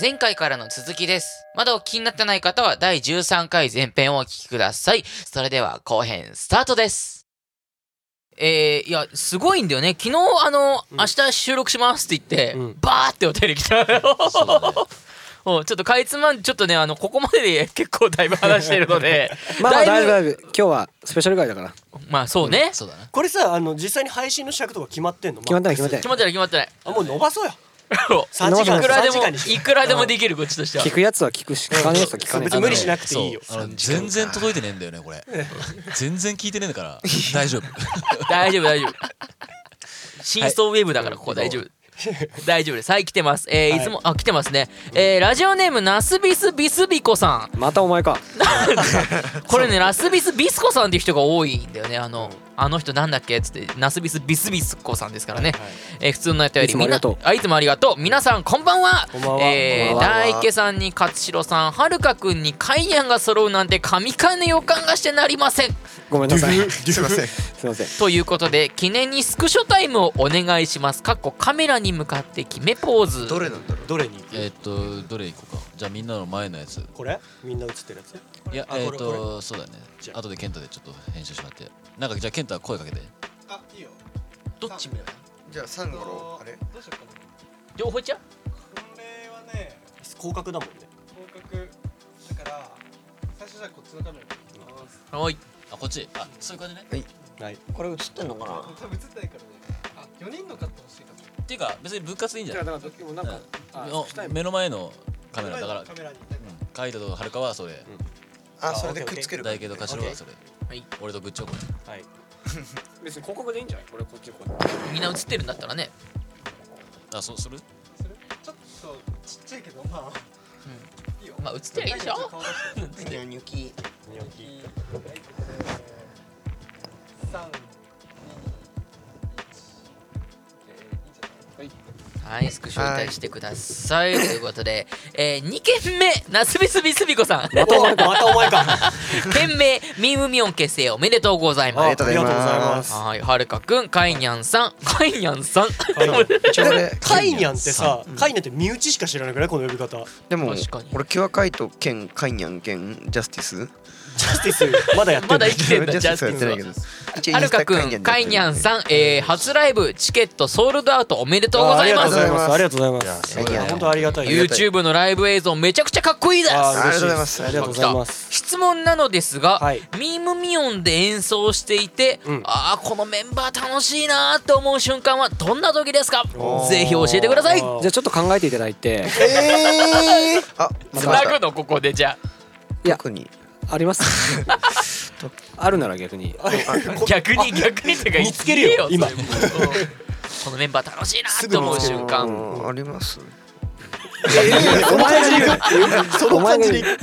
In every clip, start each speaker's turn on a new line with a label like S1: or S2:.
S1: 前回からの続きです。まだお聞きになってない方は第13回前編をお聞きください。それでは後編スタートです。えー、いや、すごいんだよね。昨日、あの、
S2: うん
S1: 明日収録しますって言って、
S2: うん
S1: バーってお便り来たよ。
S2: そうだね
S1: おちょっとかいつまん、ちょっとね、あの、ここまでで結構だいぶ話してるの で、
S3: まあまあ
S1: だ
S3: だ
S1: い
S3: いぶ
S1: ぶ、
S3: だいぶ今日はスペシャル回だから
S1: まあそうね。
S3: そうだな
S2: これさあの実際に配信の尺とか決まってんの
S3: 決まってない決まって
S1: 決
S3: な
S1: まってない決まってない。
S2: あもう伸ば そうよ3
S3: 伸ば
S2: 時
S3: そう。
S2: 間
S1: いくらでも
S2: 3時間にし、よ
S1: いうくらでもできるこっちとしてはい
S3: 聞くやつは聞くし聞かないやつは聞かない
S2: 別に無理しなくていいよ
S4: あの全然届いてねえんだよねこれ全然聞いてねえから大丈夫
S1: 大丈夫大丈夫真相ウェブだからここ大丈夫、大丈夫ですはい来てますえー
S2: はい
S1: いつもあ来てますねえーラジオネームナスビスビスビコさ
S3: またお前か
S1: んこれねナスビスビスコさんっていう人が多いんだよねあのあの人なんだっけっつってナスビスビスビスコさんですからね、えー普通のやつより
S3: いつもありがとう
S1: みんなあいつもありがとう皆さんこんばんは
S2: こんばんは
S1: えー
S3: こんばんは
S1: 大池さんに勝代さんはるかくんにカイアンが揃うなんて神回の予感がしてなりません
S3: ごめんなさい
S4: すいません
S3: すいません
S1: ということで記念にスクショタイムをお願いしますかっこカメラに向かって決めポーズ
S4: どれなんだろう
S2: どれに行く
S4: えーっとどれいこうかじゃあみんなの前のやつ
S2: これみんな映ってるやつ
S4: いや
S2: あ
S4: えー
S2: こ
S4: っ
S2: れ
S4: とそうだね
S2: じゃあ
S4: 後で健太でちょっと編集してもらってなんかじゃあ健太声かけて
S5: あ、いいよ。
S1: どっち見る
S5: じゃあ、サンゴロあれどうしようかな。
S1: 両方いっちゃう
S5: これはね、
S2: 広角だもんね
S5: 広角だから、最初じゃあこっちのカメラでいきます。
S1: おい
S4: あこっちあそういう感じね
S2: はい
S3: これ映ってんのかな
S5: 多分映ってないからね。あ、四人のカット欲しいかも。
S4: っていうか別に分割でいいんじゃない
S3: だからなん
S4: かお目の前のカメラだから
S5: カメラに。
S4: カイトとはるかはそれ
S2: あ
S5: あ、
S2: そ
S5: そ
S2: れ
S5: れ
S2: で
S5: で
S2: く
S5: く
S2: っ
S5: っつ
S2: つけ
S5: け
S2: る
S5: る。
S4: 大家と頭はそれ
S1: はい
S4: 俺とグッチョコ
S2: はい
S3: 別に広告でいいんじゃないこれこっちこ
S1: みんな映ってるんだったらね
S4: あそうする
S5: それちょっとちっちゃいけど、まあ。いいよ。
S1: まあ映ってるでしょ
S5: 顔出してる
S3: っちニョキ
S2: ニョキ
S5: はいえー三。
S1: はいスクショしてくださいということで、え2件目なすびすびすびこさん
S2: またお前かまたお前か
S1: 件名ミームミオン結成おめでとうございます
S2: ありがとうございます
S1: はいはるかくんかいにゃんさんかいにゃんさん
S2: カイニャン
S6: 一応俺
S2: カイニャンってさカイニャンって身内しか知らなくないこの呼び方
S6: でも
S1: 確かに
S6: 俺キュアカイト兼カイニャン兼ジャスティス
S2: ジャスティスまだやってる
S1: まだ生きてんだ
S6: ジャ
S1: ジャ
S6: ス
S1: ステ
S6: ティスは
S1: ィ
S6: やっ
S1: ス
S6: てな
S1: はいはる
S6: けど一応インスタ
S1: かくん、かいにゃんさん、えー、初ライブチケットソールドアウトおめでとうご
S2: あ
S1: ざ
S2: り
S1: い
S2: が
S1: ま
S2: とう
S1: す
S2: ございますありがとうございます
S6: カイニャン
S2: 本当ありがたい
S6: ありがとう
S1: YouTube のライブ映像めちゃくちゃかっこいいです
S2: あー嬉しであ
S6: あ
S2: りがと
S6: りがと
S2: う
S6: う
S2: ご
S6: ご
S2: ざ
S6: ざ
S2: い
S6: い
S2: ま
S6: ます
S1: 質問なのですが、
S2: はい
S1: ミームミオンで演奏していて、
S2: うん
S1: ああこのメンバー楽しいなーと思う瞬間はどんな時ですか
S2: おー
S1: ぜひ教えてください
S2: あ
S3: じゃあちょっと考えていただいて
S6: えーあま
S1: つ
S6: たま
S1: な
S6: た
S1: ぐのここでじゃ
S6: 特に
S3: ありますあるなら逆に
S1: あ逆に逆にってか
S2: 見つけるよ
S1: 言え
S2: 今
S1: それもうこのメンバー楽しいなーと思う瞬
S6: う
S1: 間
S6: んあります
S2: お前が言うその感じに
S3: お前が言う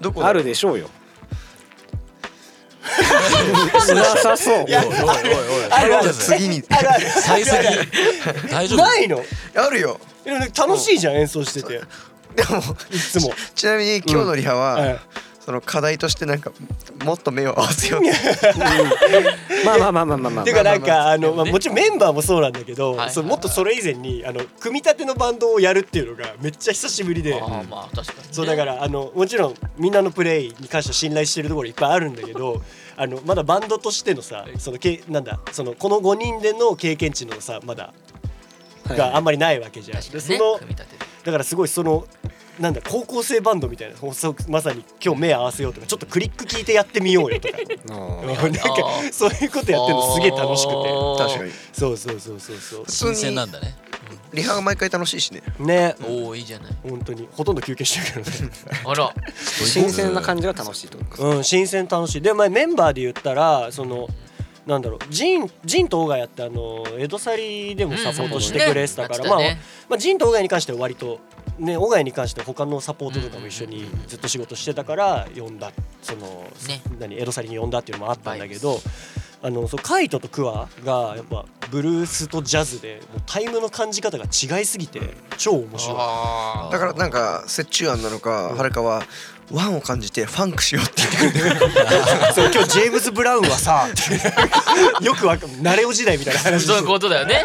S6: どこだ
S3: あるでしょうよなさそう
S2: あるあ
S4: じゃ
S2: る
S4: あ
S6: 次に
S2: あるある
S4: 最先大丈夫
S2: ないの
S6: あるよ
S2: いやなんか楽しいじゃん演奏してて
S6: でも
S2: いつも
S6: ちなみに今日のリハ
S2: うんはい
S6: はその課題としてなんかもっと目を合わせよう
S3: まあまあまあまあまあまあ
S2: てかなんかあのまあもちろんメンバーもそうなんだけど
S1: はい
S2: そうもっとそれ以前にあの組み立てのバンドをやるっていうのがめっちゃ久しぶりで
S1: ああまあ確かにね、
S2: そうだからあのもちろんみんなのプレイに関しては信頼してるところいっぱいあるんだけどあのまだバンドとしてのさそのけなんだそのこの5人での経験値のさまだ
S3: はい
S2: があんまりないわけじゃん。
S1: 確か
S2: で
S1: に
S2: そ
S1: ね
S2: の
S1: 組み立てて
S2: だからすごいそのなんだ高校生バンドみたいなそうまさに今日目合わせようとかちょっとクリック聞いてやってみよう よとか
S3: うん
S2: なんかそういうことやってるのすげえ楽しくて
S1: あー
S6: 確かに
S2: そうそうそうそうそう
S6: 普
S4: 新
S6: 通
S4: 鮮
S6: に
S4: なんだね
S6: リハが毎回楽しいしね
S2: ね
S1: おおいいじゃない
S2: 本当にほとんど休憩してるけどね
S1: あら
S3: 新鮮な感じが楽しいと思います
S2: うん新鮮楽しいで、まあ、メンバーで言ったらそのなんだろうジンジンとオーガやってあの江戸サリでもサポートしてくれてたから、
S1: うんうん
S2: ま
S1: う
S2: あ
S1: んねやってたね
S2: まあ、ジンとオーガに関しては割とねオーガに関しては他のサポートとかも一緒にずっと仕事してたから呼んだその、
S1: ね
S2: 何江戸サリに呼んだっていうのもあったんだけど。あのそうカイトとクワがやっぱブルースとジャズでもうタイムの感じ方が違いすぎて超面白い
S1: あ
S6: だからなんか折衷案なのかはるかはワンを感じてファンクしようって言ってくる
S2: そう今日ジェームズ・ブラウンはさよくわかんナレオ時代みたいな
S1: ー
S2: 話
S1: そういうことだよね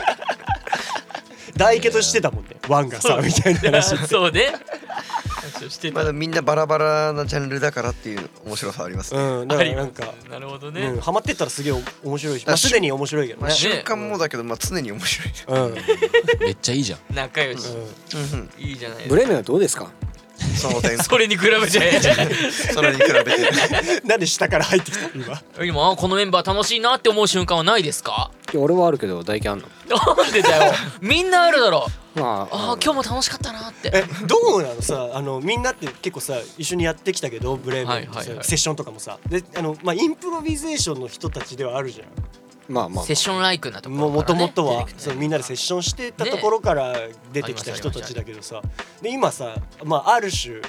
S2: 大家としてたもんねワンがさみたいな話
S1: そうね話をして
S6: ま
S1: た、
S6: だみんなバラバラなジャンルだからっていう面白さあります ね。
S2: うんだからなんか、
S1: なるほどね、
S2: うん、ハマってったらすげえ面白いし、まあ、すでに面白いけど
S6: まあ、
S2: ね
S1: し
S6: 習慣もだけど、まあ、常に面白い。
S2: うん、うん、
S4: めっちゃいいじゃん
S1: 仲良し、
S6: うんうん
S1: いいじゃないです
S3: ブ
S1: か
S3: レーメンはどうですか
S6: その点、
S1: それに比べて
S6: それに比べて。
S2: なんで下から入ってきた今
S1: 今あこのメンバー楽しいなって思う瞬間はないですか
S3: いや俺はあるけど大輝あんの
S1: なんでだよみんなあるだろ
S3: まあ
S1: ああ
S3: の
S1: 今日も楽しかったなって
S2: えどうなのさあのみんなって結構さ一緒にやってきたけどブレーメンとさ、
S1: はいはいはい
S2: セッションとかもさであの、まあ、インプロビゼーションの人たちではあるじゃん
S3: まあまあ
S1: セッションライクなところ
S2: もと
S1: からね
S2: もとは
S1: 出てきて
S2: そうみんなでセッションしてたところから出てきた人たちだけどさで今さ、まあ、ある種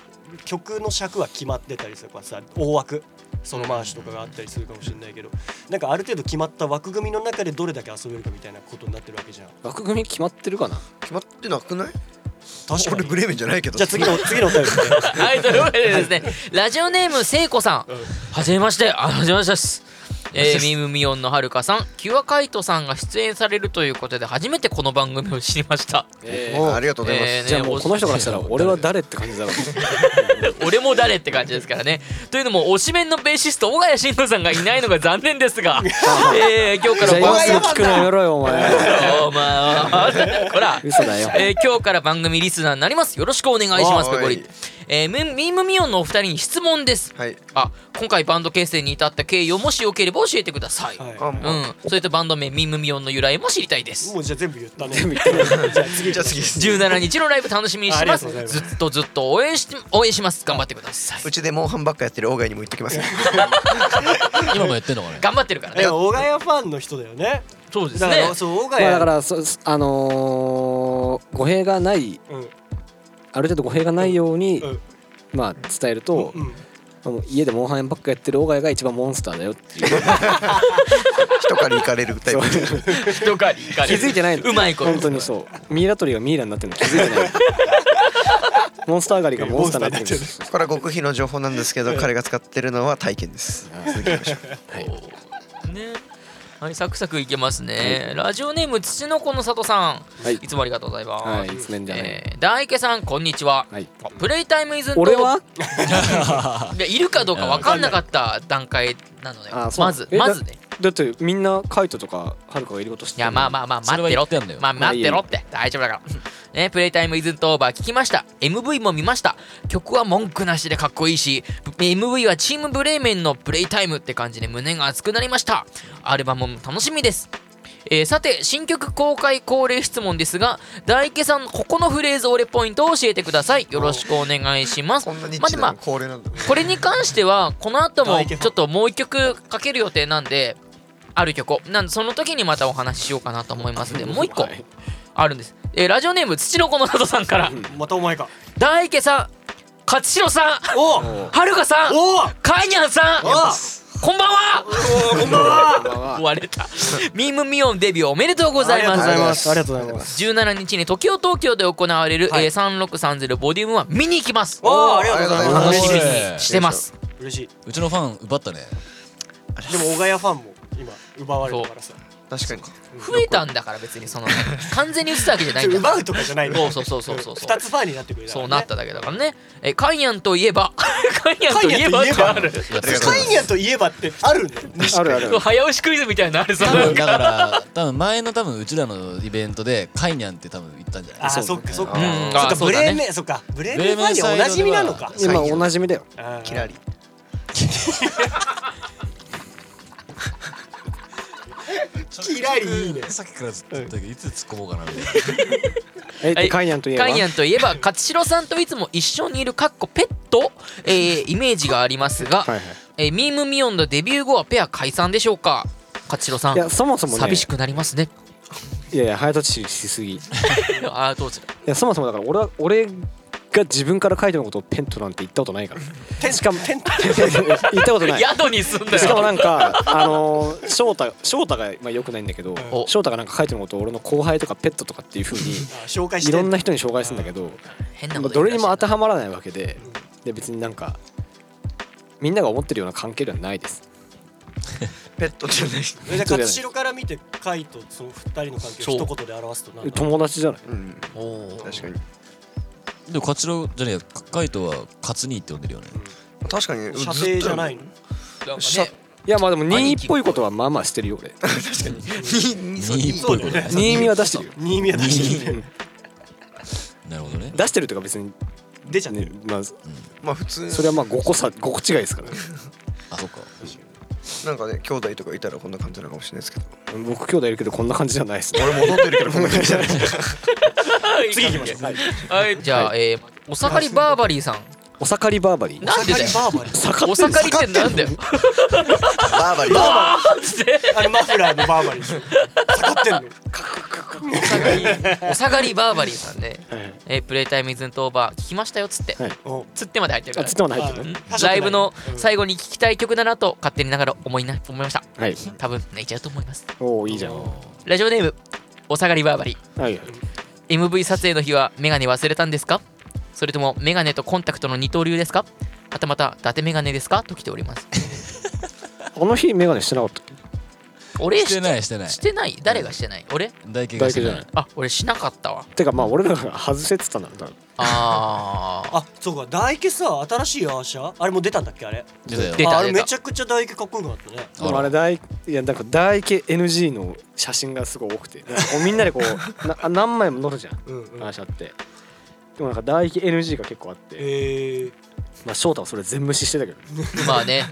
S2: 曲の尺は決まってたりとかさ大枠その回しとかがあったりするかもしれないけどなんかある程度決まった枠組みの中でどれだけ遊べるかみたいなことになってるわけじゃん
S3: 枠組み決まってるかな
S6: 決まってなくない
S2: 確か
S6: 俺、
S2: に
S6: ブレーメンじゃないけど。
S2: じゃあ 次の次のお便りね
S1: はい、というわけでですね、ラジオネーム聖子さん、はじめまして、あ、はじめましてです。えー、ミムミヨンのはるかさん、キュアカイトさんが出演されるということで初めてこの番組を知りました。
S3: え
S6: あありがとうございます。
S1: えーね
S3: じゃあもうこの人からしたら俺は誰って感じだろう
S1: 俺も誰って感じですからね。というのも推しメンのベーシスト小谷慎吾さんがいないのが残念ですが、えー、今日か
S3: じゃあ
S1: ら
S3: 今
S1: 番
S3: すぐ聞くのやめろよお前
S1: お前は ほら
S3: 嘘だよ
S1: えー今日から番組リスナーになりますよろしくお願いします
S6: おい
S1: ペコリえー、ミミームミオンのお二人に質問です
S6: はい。
S1: あ今回バンド結成に至った経緯をもしよければ教えてください、
S2: はい
S6: あ、
S1: う
S6: も
S1: ん、それとバンド名ミムミオンの由来も知りたいです
S2: もうじゃあ全部言ったね
S6: う。じゃあ次、じゃあ次。
S1: 17日のライブ楽しみにしてます
S2: ありがとうござ
S1: ず
S2: いま
S1: っとずっと応援して応援します頑張ってくださいう
S6: ちでモンハンばっかやってるオーガイにも言ってきます。
S4: 今もやってんのかね
S1: 頑張ってるから
S2: で
S1: ね
S2: も小谷ファンの人だよね
S1: そうです
S2: だか
S1: ね
S2: らそう小
S3: まあだか
S2: 谷
S3: らそあのー語弊がない
S2: うん
S3: ある程度語弊がないように、
S2: うん
S3: まあ伝えると、
S2: うん
S3: あの家でモンハンばっかやってる大谷が一番モンスターだよっていう
S6: 一狩り行かれるタイプ。
S1: 人狩り行かれ
S3: 気
S1: る
S3: づいてないの
S1: うまいこと
S3: 本当にそうミイラ取りがミイラになってるの気づいてないモンスター狩りがモンスターになってる
S2: モン
S6: これは極秘の情報なんですけど、彼が使ってるのは体験です。続きましょう。
S1: ねはいサクサクいけますね、ラジオネーム土の子の里さん、
S3: はい
S1: い、つもありがとうございます、
S3: はいいつめんじゃない、
S1: えー大池さんこんにちは、
S3: はい
S1: あプレイタイムイズン
S3: 俺はい
S1: やいるかどうか分かんなかった段階なので
S3: あそう
S1: まず
S3: え
S1: まずね
S3: だってみんなカイトとかハルカがいること知っ
S1: い
S3: てる
S1: やまあまあまあ
S4: それ
S1: 待っ
S4: は
S1: てろって
S4: 言ってんだよ
S1: まあ待ってろって大丈夫だから ねプレイタイムイズントオーバー聞きました MV も見ました曲は文句なしでかっこいいし MV はチームブレーメンのプレイタイムって感じで胸が熱くなりましたアルバムも楽しみですえーさて新曲公開恒例質問ですが大池さんここのフレーズ俺ポイントを教えてくださいよろしくお願いします
S6: こんなに
S1: まあで
S6: 一
S1: ま
S6: な
S1: あ
S6: の恒例なんだ。
S1: これに関してはこの後も
S2: 大
S1: ち
S2: 丈
S1: ょ
S2: 夫
S1: っともう一曲かける予定なんである曲をなんでその時にまたお話ししようかなと思いますのでもう一個
S3: はい
S1: あるんです、えーラジオネーム土の子の里さんから
S2: またお前か
S1: 大池さん勝代さん
S2: おお
S1: はるかさん
S2: おお
S1: かいにゃんさん
S2: あ
S1: こんばんは
S2: おこんばんは
S1: 終われたミームミオンデビューおめでとうございます
S6: ありがとうございます
S2: ありがとうございます
S1: 17日に東京東京で行われる、
S2: はい
S1: えー3630ボリューム1見に行きます
S2: おーあ
S6: り
S2: り
S6: が
S2: が
S6: と
S2: と
S6: う
S2: う
S6: ご
S2: ご
S6: ざ
S2: ざ
S6: い
S2: います
S6: ま
S1: 楽し
S2: す
S1: みに
S4: おー
S1: してます
S2: 嬉しいう
S4: ちのファン奪ったね
S2: でも小谷ファンも今奪われたからさ
S6: 確かに。
S1: 増えたんだから別にその完全に映ったわけじゃないんだから
S2: 奪うとかじゃない
S1: そうそうそうそうそう
S2: 2つファンになってくれた
S1: そうなっただけだからねえカイアンといえばカイアンといえば
S2: カイアンといえば
S1: ってある
S4: あ
S6: りがとうご
S2: カイニャといえばってあるんだよね
S6: ざいま
S3: あるあるある
S1: 早押しクイズみたいなのあるさ
S4: 多分だから多分前の多分うちらのイベントでカイニャンって多分言ったんじゃない
S2: あーそっかそっ
S1: う
S2: か
S1: ん
S2: そっ
S1: あー
S2: か
S1: そう
S2: ブ
S1: だね
S2: レーメンそっかブレーメンファンにおなじみなのか
S6: ン
S3: 今おなじみだよ
S2: あー
S6: キラリ。
S2: キラリいいね
S4: さっきからずっと言ったけどいつ突っ込もうかなみたいな
S3: え
S1: はい
S3: カイニャンといえ ば
S1: カイアンといえば勝代さんといつも一緒にいるかっこペット、えーイメージがありますが、
S3: はいはい
S1: えーミームミオンのデビュー後はペア解散でしょうか勝代さん
S3: いやそもそもね
S1: 寂しくなりますね
S3: いやいや早とちりしすぎい
S1: ああどうぞ
S3: やそもそもだから俺は俺が自分からカイトのことをペントなんて言ったことない から
S2: テンしかもテント
S3: 言ったことない
S1: 宿に住んだよ
S3: しかもなんかあのー翔太翔太がまあ良くないんだけど
S1: お
S3: 翔太がなんか書いてることを俺の後輩とかペットとかっていう風に
S2: 紹介して
S3: いろんな人に紹介するんだけど
S1: 変な
S3: ま
S1: こ
S3: あ
S1: と
S3: どれにも当て
S1: は
S3: はまらないわけでで別になんかみんなが思ってるような関係ではないです
S6: ペットじゃない。
S2: えじゃあ勝代から見てカイとその2人の関係を一言で表すとなんだ
S3: 友達じゃない
S6: うん。
S1: おお
S6: 確かに
S4: でもカツラじゃねえやカカイトはカツニーって呼んでるよね
S6: 確かに
S2: 射程じゃないの
S1: なんか
S6: シャ
S1: ね
S3: いやまあでも任意っぽいことはまあまあしてるよ俺
S6: に
S4: ニーっぽいことね
S3: 任意味は出してるよ
S2: 新宮出してるね
S4: なるほどね
S3: 出してるとか別に
S2: 出ちゃって
S3: ね
S2: る
S3: まあ
S6: まあ普通
S3: それはまあ5個差5個違いですからね
S4: あそっか
S6: なんかね兄弟とかいたらこんな感じなのかもしれないですけど
S3: 僕兄弟いるけどこんな感じじゃないですね
S6: 俺 戻ってる からこんな感じじゃない
S1: 次行きましょうはいじゃあえーおさかりバーバリーさん
S3: おさかりバーバリー
S1: なんでだよ
S2: バーバリー
S1: おさかりってなんだよ
S6: バーバリー
S2: あれマフラーのバーバリーですよ下がってんのよ
S1: おさがりおさがりバーバリーさんね
S3: はい
S1: えープレイタイムイズントオーバー聞きましたよっつって
S3: はい
S2: お
S1: つってまで入ってるか
S3: あ
S1: ら
S3: つってまで入ってるね
S2: あ
S1: ライブの
S2: うん
S1: 最後に聞きたい曲だなと勝手にながら思いな思いました
S3: はい
S1: 多分泣いちゃうと思います
S3: おおいいじゃんは
S1: ラジオネームお下がりバーバリ
S3: いはい
S1: MV 撮影の日はメガネ忘れたんですかそれともメガネとコンタクトの二刀流ですかはたまた伊達メガネですかと来ております
S3: あの日メガネしてなかったっけ
S1: 俺
S4: してないしてない
S1: してない誰がしてない俺
S4: 大輝がしてない
S3: 大輝
S1: あ俺しなかったわ
S3: てかまあ俺らが外せてたんだろうな
S1: あー
S2: あそうか大池さ新しいアーシャあれもう出たんだっけあれ
S4: 出たよ
S1: 出た
S2: ああれめちゃくちゃ大池かっこよくなったね
S3: でもあれ大いやなんか大池 NG の写真がすごい多くてなんかこうみんなでこ うな何枚も載るじゃん
S2: うんうん
S3: 話し合ってでもなんか大池 NG が結構あって、
S2: えー
S3: まあ、翔太はそれ全無視してたけど
S1: まあね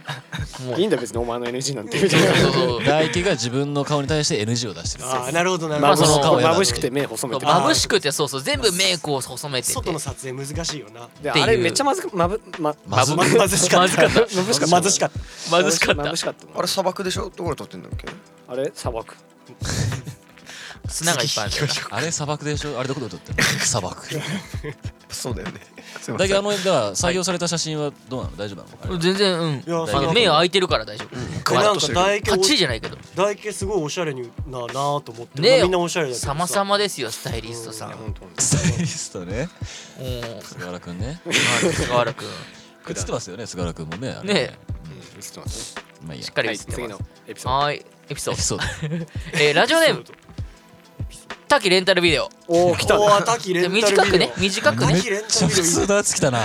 S1: もう
S3: いいんだよ別にお前の NG なんて みたい
S1: そう
S3: な
S1: そう
S4: 大輝が自分の顔に対して NG を出してる
S2: あーなるほどなる
S1: ま
S2: ほ
S1: あ
S2: ど
S1: その
S4: 顔やな
S3: 眩しくて目細めてる
S1: 眩しくてそうそう全部メイクを細めてて
S2: 外の撮影難しいよな
S3: で
S1: っていう
S3: あれめっちゃまずくまぶま
S4: まず
S1: ま
S4: い
S1: ぶ
S2: 貧しかった
S1: まずかっ
S3: 眩しかった
S2: 貧しかった
S1: 貧しかっ
S3: 眩
S1: た
S3: しかった
S6: あれ砂漠でしょどこで撮ってんだっけ
S3: あれ砂漠
S1: 砂がいっぱいあるんだよな
S4: あれ砂漠でしょあれどこで撮ってんの砂漠
S6: そうだよねすいま
S4: 大
S6: せん
S4: 輝あのだから採用された写真はどうなの大丈夫なのあれは
S1: 全然うん
S2: いや
S1: あの目開いてるから大丈夫
S6: カ
S2: な
S6: ラ
S2: ん
S6: ッと
S2: か
S6: してる
S2: 大
S1: パッチ
S2: 池
S1: リじゃないけど
S2: 大池すごいおしゃれにななあと思って、
S1: ねえ
S2: まあみんなおしゃれだけど
S1: 様々ですよスタイリストさん
S3: 本当に
S4: スタイリストね
S1: おー
S4: 菅原くんね
S1: 菅原君
S4: 映ってますよね菅原くんもねあれ
S1: ね
S3: 映ってますね
S4: まあいいや
S1: しっかり
S3: は
S1: 映
S3: い
S1: ってます、は
S3: 次
S1: い、
S3: のエピソード
S1: エピソ
S4: エピ
S1: ー
S4: ソード
S1: ド、えーラジオネーム滝レンタルビデオ
S3: おお来たね
S2: おー滝レンタルビデオ
S1: 短くね短く
S4: め
S1: ね
S4: っちゃ普通のやつ来たな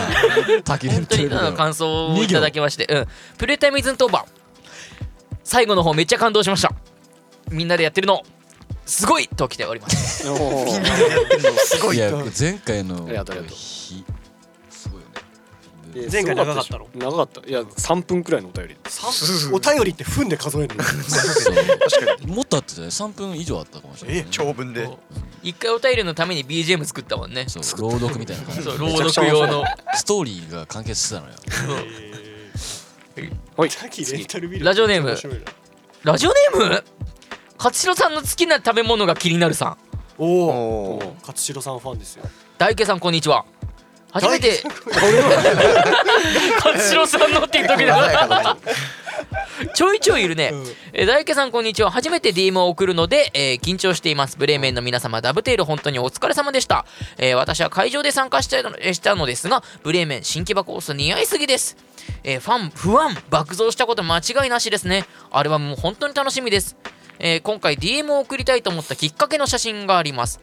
S4: 滝レ
S1: 本
S4: ン
S1: 当
S4: タル
S1: に
S4: ビデ
S1: あの
S4: オ
S1: 感想をいただきまして、うん、プレタイムイズントーバー最後の方めっちゃ感動しましたみんなでやってるのすごいと来ております
S3: おー
S6: すごい
S4: いや
S6: な
S4: 前回の
S3: ありがとうありがとう
S4: 日すごいよ ね
S2: 前回長かったの
S3: 長かったいや3分くらいのお便り
S2: さんお便りって分で数えるの
S4: そう確かにもっとあったじゃない3分以上あったかもしれない
S6: え
S4: ね
S6: 長文で
S1: 一回お便りのために BGM 作ったもんねそ
S4: そう朗読みたいな感じ
S1: う朗読用の
S4: ストーリーが完結してたのよ
S2: えー
S3: はい
S2: 滝レンタルビデオ
S1: ラジオネーム
S2: 面白いな
S1: ラジオネーム勝代さんの好きな食べ物が気になるさん
S2: お
S6: お
S2: お
S6: ー
S2: 勝代さんファンですよ
S1: 大家さんこんにちは初めて 勝代さんのっていう時だ
S6: 鮮やかだね
S1: ちょいちょいいるね、
S2: うん
S1: えー大家さんこんにちは初めて DM を送るので、えー緊張していますブレーメンの皆様ダブテール本当にお疲れ様でした、えー私は会場で参加したいのえーしたのですがブレーメン新木場コース似合いすぎです、えーファン不安爆増したこと間違いなしですねアルバムも本当に楽しみです、えー今回 DM を送りたいと思ったきっかけの写真があります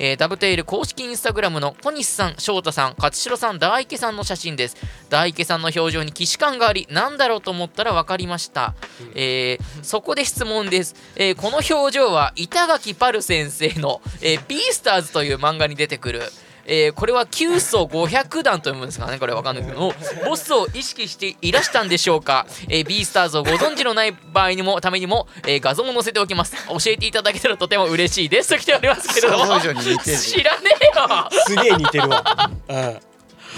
S1: えーダブテイル公式インスタグラムの小西さん、翔太さん、勝代さん、大池さんの写真です。大池さんの表情に既視感があり、なんだろうと思ったら分かりました。えーそこで質問です。えーこの表情は板垣パル先生の、えービースターズという漫画に出てくる。えーこれは9層500段と読むんですかねこれわかんないけどボスを意識していらしたんでしょうか、えー、ビースターズをご存知のない場合にもためにも、えー画像も載せておきます教えていただけたらとても嬉しいですと来ておりますけれども
S6: 想像以上に似てる
S1: 知らねえよ
S2: すげえ似てる わうん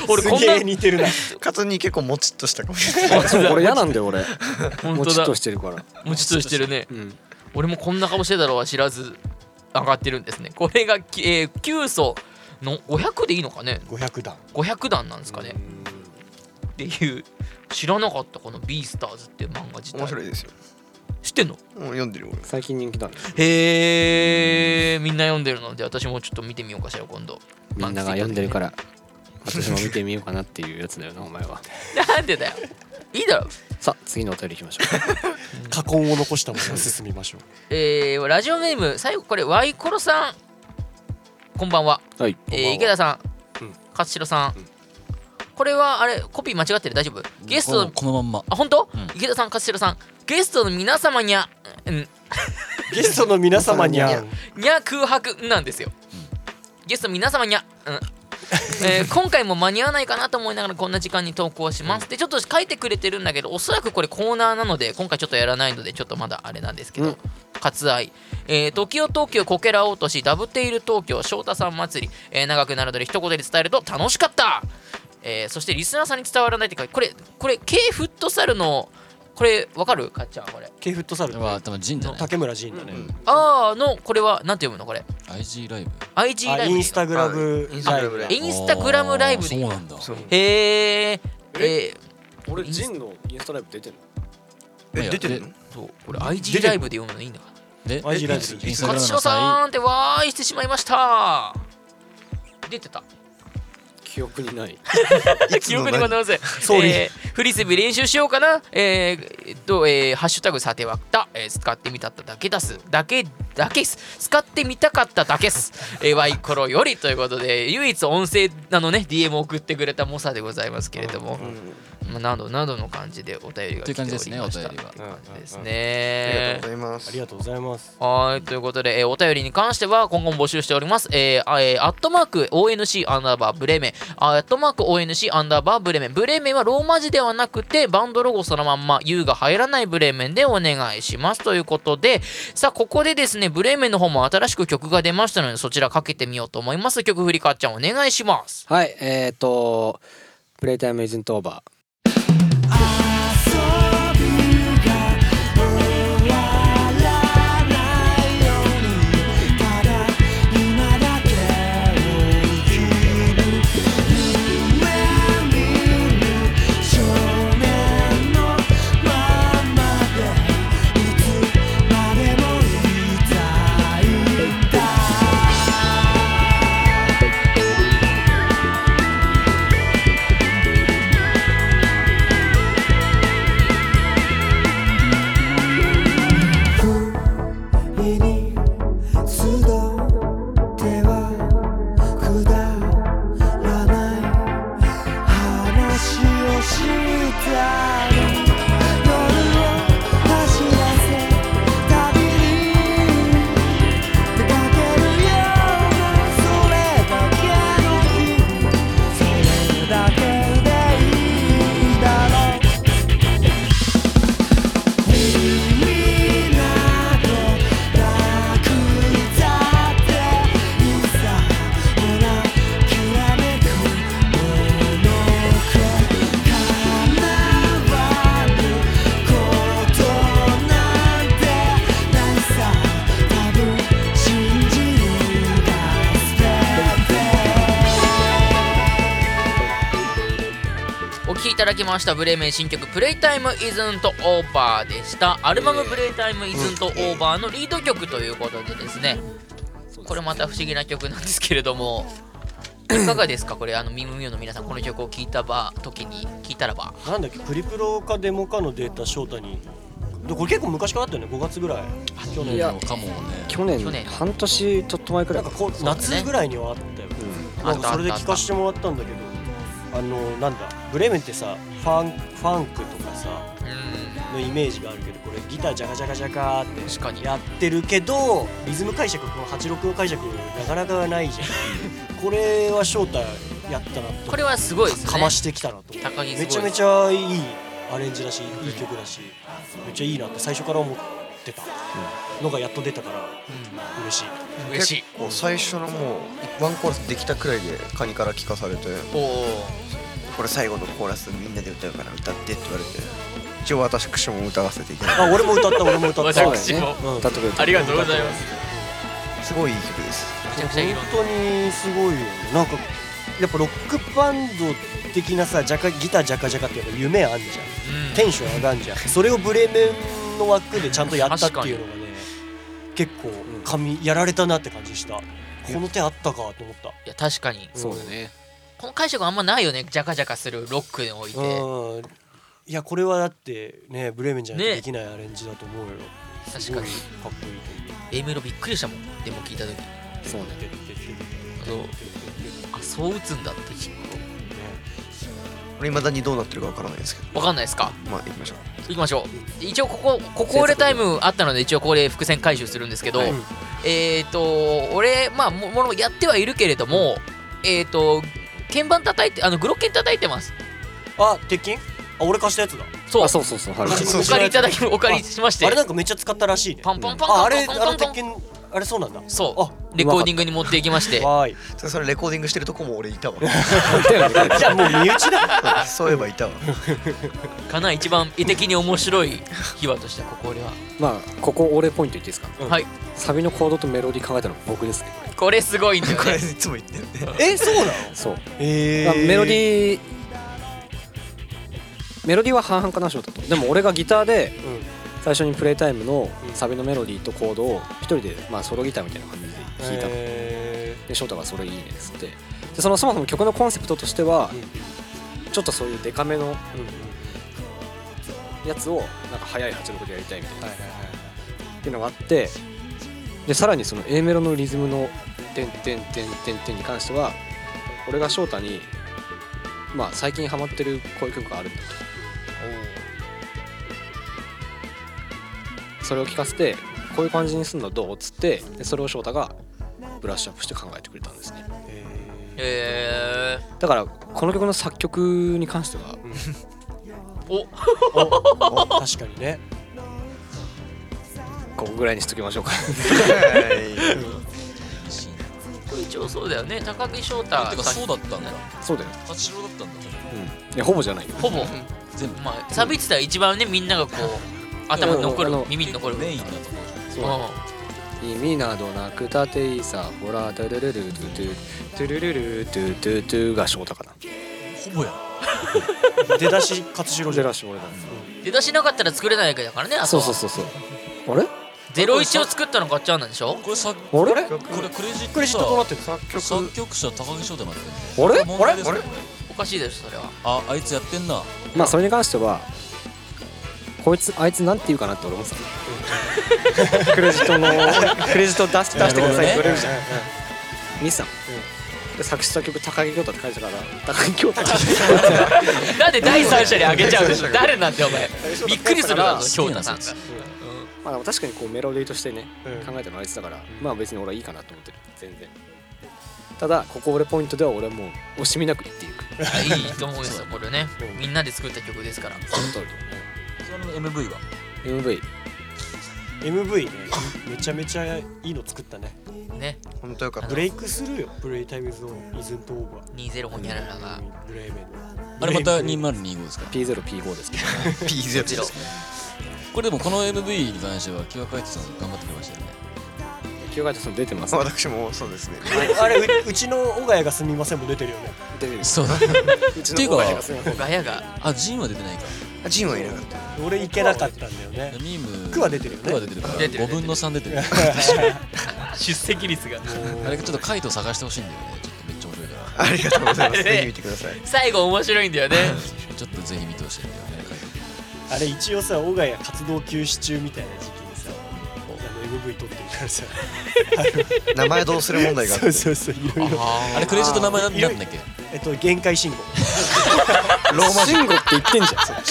S1: 俺こん
S2: すげえ
S1: な
S2: 似てるな
S6: カツに結構もちっとしたかもしれない
S3: あそう俺嫌なんだよ俺
S1: 本
S3: も
S1: 当
S3: ちっ
S1: だ
S3: としてるから
S1: もちっとしてるね
S3: うん
S1: 俺もこんな顔してたろは知らず上がってるんですねこれが、きえー、9層の500でいいのかね
S2: 500段
S1: 500段なんですかねっていう知らなかったこの「ビースターズ」っていう漫画自体
S6: 面白いですよ
S1: 知ってんの
S6: もう読んでるよ俺
S3: 最近人気だね
S1: へえみんな読んでるので私もちょっと見てみようかしら今度
S3: みんなが読んでるから私も見てみようかなっていうやつだよなお前 は
S1: なんでだよいいだろ
S3: さあ次のお便りいきましょ
S2: 過根を残したものを進みましょう
S1: えー、ラジオネーム最後これワイコロさんこんばんは
S3: はい
S1: えー池田さん、
S2: うん
S1: 勝代さん、
S2: うん
S1: これはあれコピー間違ってる大丈夫ゲストの
S4: このまんま
S1: あ本当、
S4: うん
S1: 池田さん勝代さんゲストの皆様にゃ、うん、
S2: ゲストの皆様にゃん
S1: にゃ空白なんですよ、ゲストの皆様にゃ、うん えー今回も間に合わないかなと思いながらこんな時間に投稿します、でちょっと書いてくれてるんだけどおそらくこれコーナーなので今回ちょっとやらないのでちょっとまだあれなんですけど、
S3: うん
S1: 割愛えー、時を東京こけら落としダブテイル東京翔太さん祭り、えー長くなるので一言で伝えると楽しかった、えーそしてリスナーさんに伝わらないって書いてこれこれ K フットサルのこれわかるかっちゃんこれ
S2: K フットサル
S4: は多分ジンじゃない
S2: 竹村仁だね、
S1: あーのこれはなんて読むのこれ
S4: IG ライブ
S1: IG
S2: あ
S1: ライブでいい
S2: イ
S1: の
S2: ンスタグラム
S6: インスタ
S2: ラ
S6: グ
S2: イ
S6: ラ
S2: ブ
S6: ム
S2: だ
S6: ライ
S1: イ
S6: ブ
S1: ンスタグラムライブでいいの
S4: あーそうなんだ
S6: そう
S1: へええ
S3: 俺ジンのインスタライブ出てる
S6: え出てるの
S1: ー、そうこれ IG ライブで読むのいいんだか
S4: で
S2: IG ライブ
S4: インスタ
S1: 勝
S4: グラム
S1: 代
S4: の
S1: さ
S4: 際
S1: んってわーいしてしまいました出てた
S3: 記憶にない
S6: いつ
S1: 記
S6: の
S1: 憶にございません。
S2: 総理
S1: えーフリスビー練習しようかな。えーえっと、えーハッシュタグさてはった、えー使ってみたっただけだす。だけ、だけっす。使ってみたかっただけっす。えー、ワイコロよりということで、唯一音声なのね、DM を送ってくれた猛者でございますけれども、まあ、などなどの感じでお便りが来ておりました。
S4: という感じですねお便りは
S1: という感じです
S6: ありがと
S1: ね
S6: うご。ざいます
S2: ありがとうございます
S1: はい、ということで、えーお便りに関しては今後も募集しております。えーあえーアットマーク ONC アンダーバーブレメン、あアットマーク ONC アンダーバーブレメン、ブレメンはローマ字ではなくて、バンドロゴそのまんま、U が入らないブレメンでお願いしますということで、さあ、ここでですね、ブレメンの方も新しく曲が出ましたので、そちらかけてみようと思います。曲振りかっちゃん、お願いします。
S3: はいえっ、ー、とプレイタイムエージェントオーバー
S7: 身に集ってはくだらない話をしたい夜を走らせたびに出かけるようなそれだけの日それだけでいいだろう「君などなくたって」「いざほらきらめくものか」「叶わぬことなんてないさ」「多分信じるが捨てて」
S1: お聴きいただきましたブレーメン新曲「プレイタイムイズントオーバー」でしたアルバム「プレイタイムイズントオーバー」のリード曲ということでですねこれまた不思議な曲なんですけれどもいかがですかこれあのミムミューの皆さんこの曲を聴いたば時に聴いたらば
S2: なんだっけプリプロかデモかのデータ翔太にでこれ結構昔からあったよね5月ぐらい去年
S3: いや
S2: の
S4: かもね
S3: 去年
S1: 去年
S3: 半年ちょっと前く
S2: な
S3: ら
S2: ん
S3: いか
S2: か
S3: な
S2: こ
S1: だ
S2: う
S1: ね
S2: 夏ぐらいにはあったよね
S1: あ
S2: な
S1: っ
S2: ん
S1: た
S2: か
S1: あ
S2: そ
S1: っ
S2: れで
S1: たあっ
S2: 聞
S1: た
S2: かせてもらったんだけどあのなんだブレーメンってさファンファンクとかさ
S1: うん
S2: のイメージがあるけどこれギタージャカジャカジャカって
S1: 確かに
S2: やってるけどリズム解釈この86の解釈なかなかないじ ゃんこれは翔太やったなと
S1: これはすごいですね
S2: かましてきたなと思って
S1: 高木すごい
S2: めちゃめちゃいいアレンジだしいい曲だしめっちゃいいなって最初から思ってたのがやっと出たから嬉しい
S1: 嬉しい
S6: 結構最初のもうワンコーラスできたくらいでカニから聞かされて
S1: おお
S6: これ最後のコーラスみんなで歌うから歌ってって言われて一応私も歌わせていただい
S2: あ俺も歌った俺も歌った
S3: そうだよね
S1: 私も
S3: 歌ってくれて
S1: ありがとうございます
S6: てすごいいい曲です
S1: めちゃ
S2: 本
S1: くちゃいい色
S2: 当にすごいよねなんかやっぱロックバンド的なさジャカギタージャカジャカってやっぱ夢あんじゃん
S1: うん
S2: テンション上がんじゃんそれをブレーメンの枠でちゃんとやったっていうのがね結構神やられたなって感じしたこの手あったかと思った
S1: いや確かに
S3: そうだね
S1: この解釈あんまないよねジャカジャカするロックにおいて
S2: うんいやこれはだってねブレーメンじゃないと
S1: ね
S2: できないアレンジだと思うよ
S1: 確かに
S2: すごいかっこいいと思う
S1: A メロびっくりしたもんでも聞いた時
S3: そうね
S2: てってってって
S1: どあそう打つんだって
S6: 俺未だにどうなってるかわからないですけど
S1: わかんないですか
S6: まあ行きましょう
S1: 行きましょう一応ここここ俺タイムあったので一応ここで伏線回収するんですけど、
S2: はい
S1: えっ、ー、と俺まあもものやってはいるけれどもえっ、ー、と鍵盤叩いてあのグロッケン叩いてます
S2: あ鉄筋あ俺貸したやつだ
S1: そう
S3: あそうそう そうは
S2: あ
S1: お借りいただきお借りしまして
S2: あれなんかめっちゃ使ったらしいね
S1: パンパンパン
S2: あ
S1: パ
S2: あ
S1: ン
S2: れ
S1: パン
S2: あ
S1: パ
S2: の
S1: ンパ
S2: 鉄
S1: ン
S2: 筋あれそうなんだ
S1: そう
S2: あ
S1: レコーディングに持っていきまして
S2: わーい
S6: それそれレコーディングしてるとこも俺い たわ
S2: じゃあもう身内だ
S6: そういえばいたわ
S1: かな一番絵的に面白い秘話としてここ俺は
S3: まあここ俺ポイント言っていいですか
S2: うん
S1: はい
S3: サビのコードとメロディー考えたの僕ですね
S1: これすごいんだよ
S6: これい
S1: ね
S6: つも言ってんね
S2: えそうなの
S3: そう
S2: え
S3: まあ
S2: ー、
S3: メロディーメロディーは半々かなしょとでも俺がギターで
S2: うん
S3: 最初にプレイタイムの
S2: うん
S3: サビのメロディーとコードを一人でまあソロギターみたいな感じで弾いたの
S2: え
S3: で翔太がそれいいねっつってでそのそもそも曲のコンセプトとしては
S2: ーうん
S3: ちょっとそういうデカめの
S2: うん
S3: やつをなんか速い86でやりたいみたいな
S2: はいはいはい
S3: っていうのがあってでさらにその A メロのリズムの「てんてんてんてんてん」に関しては俺が翔太に「まあ最近ハマってるこういう曲があるんだ」とそれを聞かせて「こういう感じにすんのどう?」っつってでそれを翔太がブラッシュアップして考えてくれたんですね
S2: え
S1: え
S3: だからこの曲の作曲に関しては
S1: ー、お
S2: ー、お確かにね
S3: ここぐらいにしときましょうか
S1: これ一応そうだよね高木翔
S4: て
S1: 太
S4: かそうだったんだ
S3: そうだよ、
S4: 八郎だったんだ
S3: いやほぼじゃないよ
S1: ほぼ
S4: 全部
S1: まあサビってたら一番ねみんながこう頭に残
S3: うんあ
S1: る
S3: の
S1: 耳に残る
S4: メインだと思う
S3: そう耳などなくたていさほらトゥルルルルトゥトゥルルルトゥトゥトゥが翔太かな
S4: ほぼや
S2: 出だし勝代じ
S3: ゼ
S2: ゃん
S3: ラシ俺だ
S1: うん出だしなかったら作れないわけだからねあと
S3: そう
S1: は
S3: そうそうそうあれ
S1: ゼロ一を作ったのガッチャンなんでしょ
S4: これさこ
S3: あれあれ
S4: れクレジット
S2: クレジットどうなってるの
S4: 作曲者高木翔太なんだよね
S3: あれ
S4: 問題ですよ
S6: あれ
S4: こ
S1: おかしいでしょそれは
S4: ああいつやってんな
S3: まあそれに関してはこいつあいつなんて言うかなって俺思ってたクレジットのクレジット出して出してくださいって言われるじゃんミスさんで作詞作曲高木京太って書いてたから高木京太
S1: なんで第三者にあげちゃうの 誰なんだよお前びっくりするだ ろ
S4: そ
S1: 翔
S4: うな
S1: 太さん
S4: んで
S1: が
S4: すよ
S3: まあでも確かにこうメロディーとしてね
S2: うん
S3: 考えたのあいつだからまあ別に俺はいいかなと思ってる全然ただここ俺ポイントでは俺はもう惜しみなく言っていく
S1: いいと思うんですよこれねみんなで作った曲ですから
S3: その通り
S4: それの MV は
S3: MV
S2: MV ねめちゃめちゃいいの作ったね
S1: ね
S6: 本当よかった
S2: ブレイクスルーよブレイタイムズオンイズントオーバ
S1: 20ホニャララが
S2: ーブレイメン
S4: あれまた2025ですか
S3: P0P5 ですけど
S6: P0
S1: ゼロ
S4: これでもこの MV に関しては清川海人さん頑張ってくれましたよね
S3: 野球会社さん出てますね
S6: 私もそうですね
S2: あれううちの小谷がすみませんも出てるよね
S3: 出てる
S4: そうだ
S3: うち
S4: ってい
S3: の
S4: う
S3: 方が
S4: か
S3: やりますね
S1: ガヤが
S4: あジンは出てないか
S6: あ ジンはいなかった
S2: 俺行けなかったんだよね
S4: ミーム
S2: クは出てるよね
S4: クは出てるから
S1: 出てる
S4: 5分の3出てる
S1: 出席率が
S4: あれちょっと海人探してほしいんだよねちょっとめっちゃ面白いか
S6: ありがとうございま
S1: あ
S6: す
S1: れね
S6: ぜひ見てください
S1: 最後面白いん だよね
S4: らちょっとぜひ見てほしいんだよね海人
S2: あれ一応さ小谷活動休止中みたいな時期にさあの MV 撮ってるからさ
S6: 名前どうする問題があ
S2: そ
S6: っ て
S2: うそうそういろいろ
S4: あれクレジットの名前なんなんだっけ
S2: えっと限界信号
S6: ローマ字
S3: 慎吾って言ってんじゃん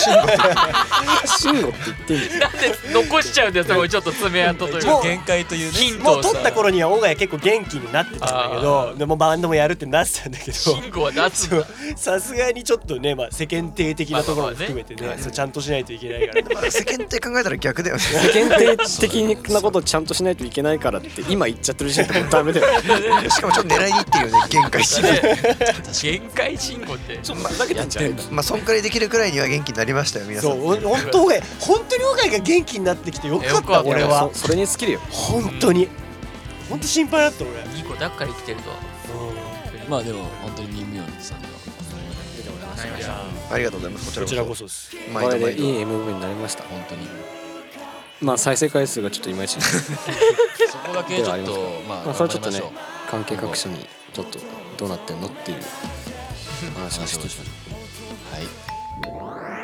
S3: 慎吾って言ってんじゃん
S1: なんで残しちゃうんだよそれちょっと爪痕という
S2: も
S1: か
S2: う
S4: 限界というね
S1: ヒン
S2: も
S1: ト
S2: う
S1: を
S2: 撮
S1: さ
S2: った頃には小谷結構元気になってたんだけどでもバンドもやるってなってたんだけど
S1: 慎吾は出すんだ
S2: さすがにちょっとね、まあ、世間体的なところも含めてね,、
S1: まあまあね
S2: そうちゃんとしないといけないから、
S6: まあ世間って考えたら逆だよね
S3: 世間体的なことをちゃんとしないといけないからって今言っちゃってる時点でもうダメだよ
S6: しかもちょっと狙いにいって るよね限界信
S1: 限界慎吾って
S3: ちょっとふざけたんじゃない
S6: まあそんくらいできるくらいには元気になりましたよ皆さ
S2: そ
S6: ん
S2: うほん本当小谷本当に小谷が元気になってきてよか
S1: よ
S2: っ
S1: か
S2: た
S1: った
S2: 俺は
S3: そそれに尽きるよ
S2: 本当に本当心配だった俺、
S1: いい子だっから生きてると
S4: まあでも本当にミームヨンさんが
S1: なりました
S6: ありがとうございますこ
S2: こ
S6: ち
S2: ち
S6: ら
S2: ら
S6: こ
S2: こ
S6: そ
S2: そです
S3: これ
S6: 毎度
S3: で
S6: 毎
S3: い
S6: 度
S3: い MV になりました
S4: 本当に
S3: まあ再生回数がちょっといまいちです
S4: そこだけちょっ
S3: ではあ
S4: とまあ
S3: まあ
S4: 頑
S3: そ
S4: 張
S3: れちょ
S4: り
S3: っとね
S4: ましょう
S3: 関係各所にちょっとどうなってんのっていう話を
S4: 話
S3: し
S4: を
S3: て
S4: しましょうはい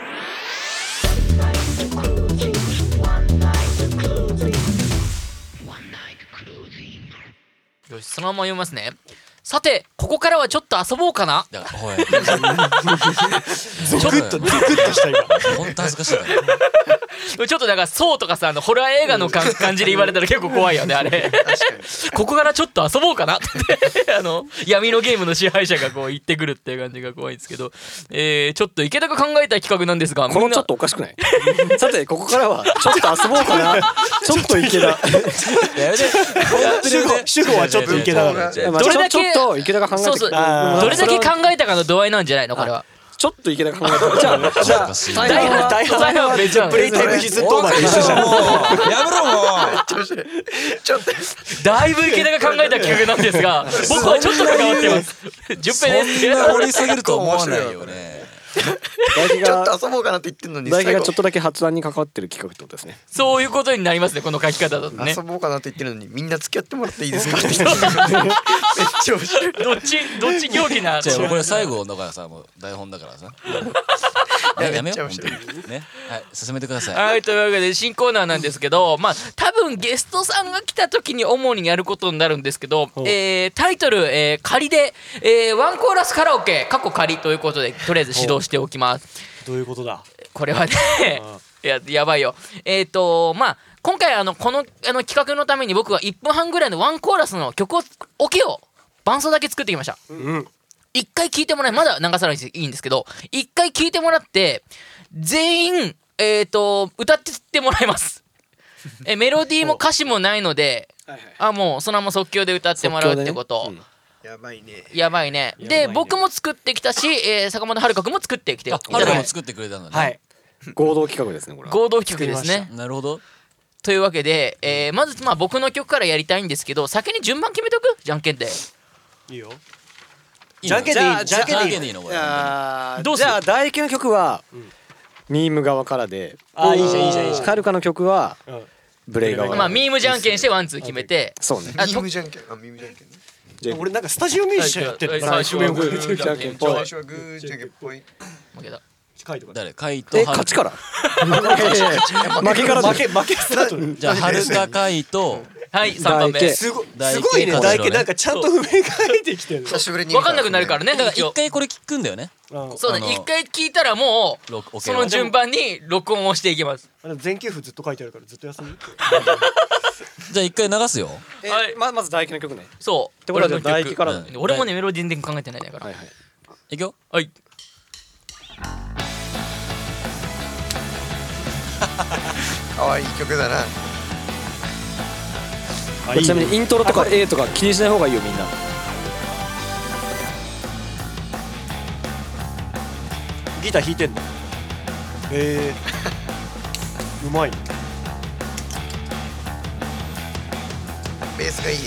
S1: よしそのまま読みますねさてここからはちょっと遊ぼうかな
S4: だから、おい。ゾ
S2: ゾクッとゾクッとした今
S4: 本当恥ずかしいから。
S1: ちょっとだからそうとかさあのホラー映画の感感じで言われたら結構怖いよねあれここからちょっと遊ぼうかなって あの闇のゲームの支配者がこう言ってくるっていう感じが怖いんですけど、えー、ちょっと池田が考えた企画なんですが
S3: こ
S1: み
S3: の
S1: んな
S3: ちょっとおかしくないさてここからはちょっと遊ぼうかな ちょっと池田
S4: やめて。
S2: 主語主語はちょっといけなかった
S3: まあ
S1: ど
S3: ち
S1: れ
S3: ょ
S1: だけ
S3: ちょっと池田が考えて
S1: そうそう
S2: あー
S1: どれだけ考えたかの度合いなんじゃないのこれは
S3: ちょっと池田が考えてじゃあじ
S4: 恥ず
S3: ゃあ
S4: かしい。
S1: 大半大半は別なん
S2: プレイ
S1: だ
S2: タイムヒズトーマで一緒じゃん
S4: もうやめろもう。
S6: ちょっと
S1: だいぶ池田が考えた企画なんですが僕はちょっと関わってます 10
S4: そ
S1: 分です
S4: んな掘り下げると思わないよね。
S3: 大輝
S6: ちょっ
S3: が
S6: と遊ぼうかなって言ってんのに
S3: 大輝
S6: 最
S3: が
S6: 後
S3: ちょっとだけ発案に関わってる企画ってことですね
S1: そういうことになりますねこの書き方だとね
S6: 遊ぼうかなって言ってるのにみんな付き合ってもらっていいですかって言ってるめっちゃ面白い
S1: どっちどっち狂気な
S4: じゃあこれ最後だからさもう台本だからさ。ねやめよう本当にねはい進めてください。
S1: はいというわけで新コーナーなんですけどまあ多分ゲストさんが来た時に主にやることになるんですけど、
S2: ほう
S1: えータイトル、えー仮で、えーワンコーラスカラオケ過去仮ということでとりあえず指導しておきます
S2: どういうことだ
S1: これはね
S2: あ
S1: いややばいよえっ、とまあ今回あのこのあの企画のために僕は1分半ぐらいのワンコーラスの曲をオケを伴奏だけ作ってきました
S2: うん
S1: 一回聞いてもらえまだ流さないでいいんですけど一回聞いてもらって全員えっ、と歌ってってもらいますえメロディーも歌詞もないのであもうそのまま即興で歌ってもらうってこと、
S6: やばいね
S1: やばいね
S2: やばい
S1: で
S2: ね
S1: 僕も作ってきたし、えー坂本遥香君も作ってきてい
S4: あ
S1: た
S4: ハル
S1: だい
S4: カも
S1: て
S4: 作ってくれたんだね。
S2: はい
S3: 合同企画ですねこれは
S1: 合同曲ですね
S4: なるほど。
S1: というわけで、えーまずまあ僕の曲からやりたいんですけど先に順番決めとくじゃんけんで
S2: いいよ
S4: いい
S2: じゃ
S4: の
S2: んけんでいい
S4: あ
S2: じゃんけんでいい
S4: いいのこれ。
S3: あー
S1: どうす
S3: じ
S1: る
S3: ゃあ大輝の曲はミーム側からで
S2: あーいいじゃんいいじゃんいいじゃん
S3: カルカの曲は
S2: うん
S3: ブレイ側か
S1: まあ
S3: ら
S1: ミームじゃんけんしてワンツー決めて
S3: そうね
S1: あ
S6: ミ
S1: と
S6: ームじゃんけんあミームじゃんけんね
S3: じゃあ
S2: 俺なんかスタジオミュージシャンやってる
S1: 最初はグー
S3: じゃんけんぽい
S6: 最初はグーじゃんけんぽい
S1: 負けた
S2: 近いとか
S4: 誰カイト
S3: え
S4: ハル
S3: 勝ちから 負けからだよ
S2: 負け負けスタート
S4: じゃあハルカカイト
S1: はい3番目
S3: 大
S2: すごい
S4: 大
S2: すごいね
S4: 大
S2: 大
S4: 大
S2: 輝なんかちゃんと譜面書いてきてるの
S6: 久しぶりに
S1: 分かんなくなるからねだから
S4: 一回これ聞くんだよね。
S2: うん
S1: そうだ
S4: あの
S1: ね一回聞いたらも
S4: ロケ
S1: う
S4: は
S1: その順番に録音をしていきます
S2: あの全休符ずっと書いてあるからずっと休みって
S4: じゃあ一回流すよ。
S3: え
S1: はい
S3: ままず大輝の曲ね
S1: そう
S3: てことは
S1: 俺の曲
S3: 唾液から
S4: だね
S1: うん俺もねメロディー全然考えてないだから
S3: はいはい
S4: いくよ。
S1: はい
S6: 可愛い曲だな
S2: あい
S3: ち
S2: い
S3: な
S2: ね
S3: みにイントロとか A とか気にしない方がいいよみんな
S2: ギター弾いてんのえー、うまいね
S6: ベースがいいね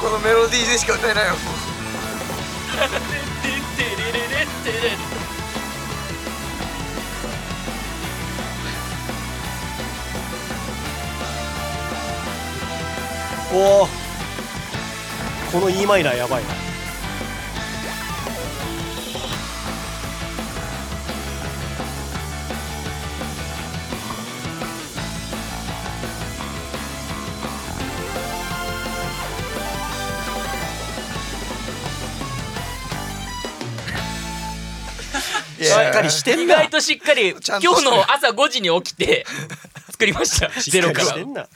S6: このメロディーでしか歌えないよ
S2: おおこの E マイナーやばいな
S6: い
S2: し
S6: や
S2: っかりして
S1: 意
S2: んな
S1: 外としっかり
S6: ちゃ
S1: 今日
S6: んとしてる
S1: の朝5時に起きて作りましたゼロから
S2: しっかりしてんな
S4: な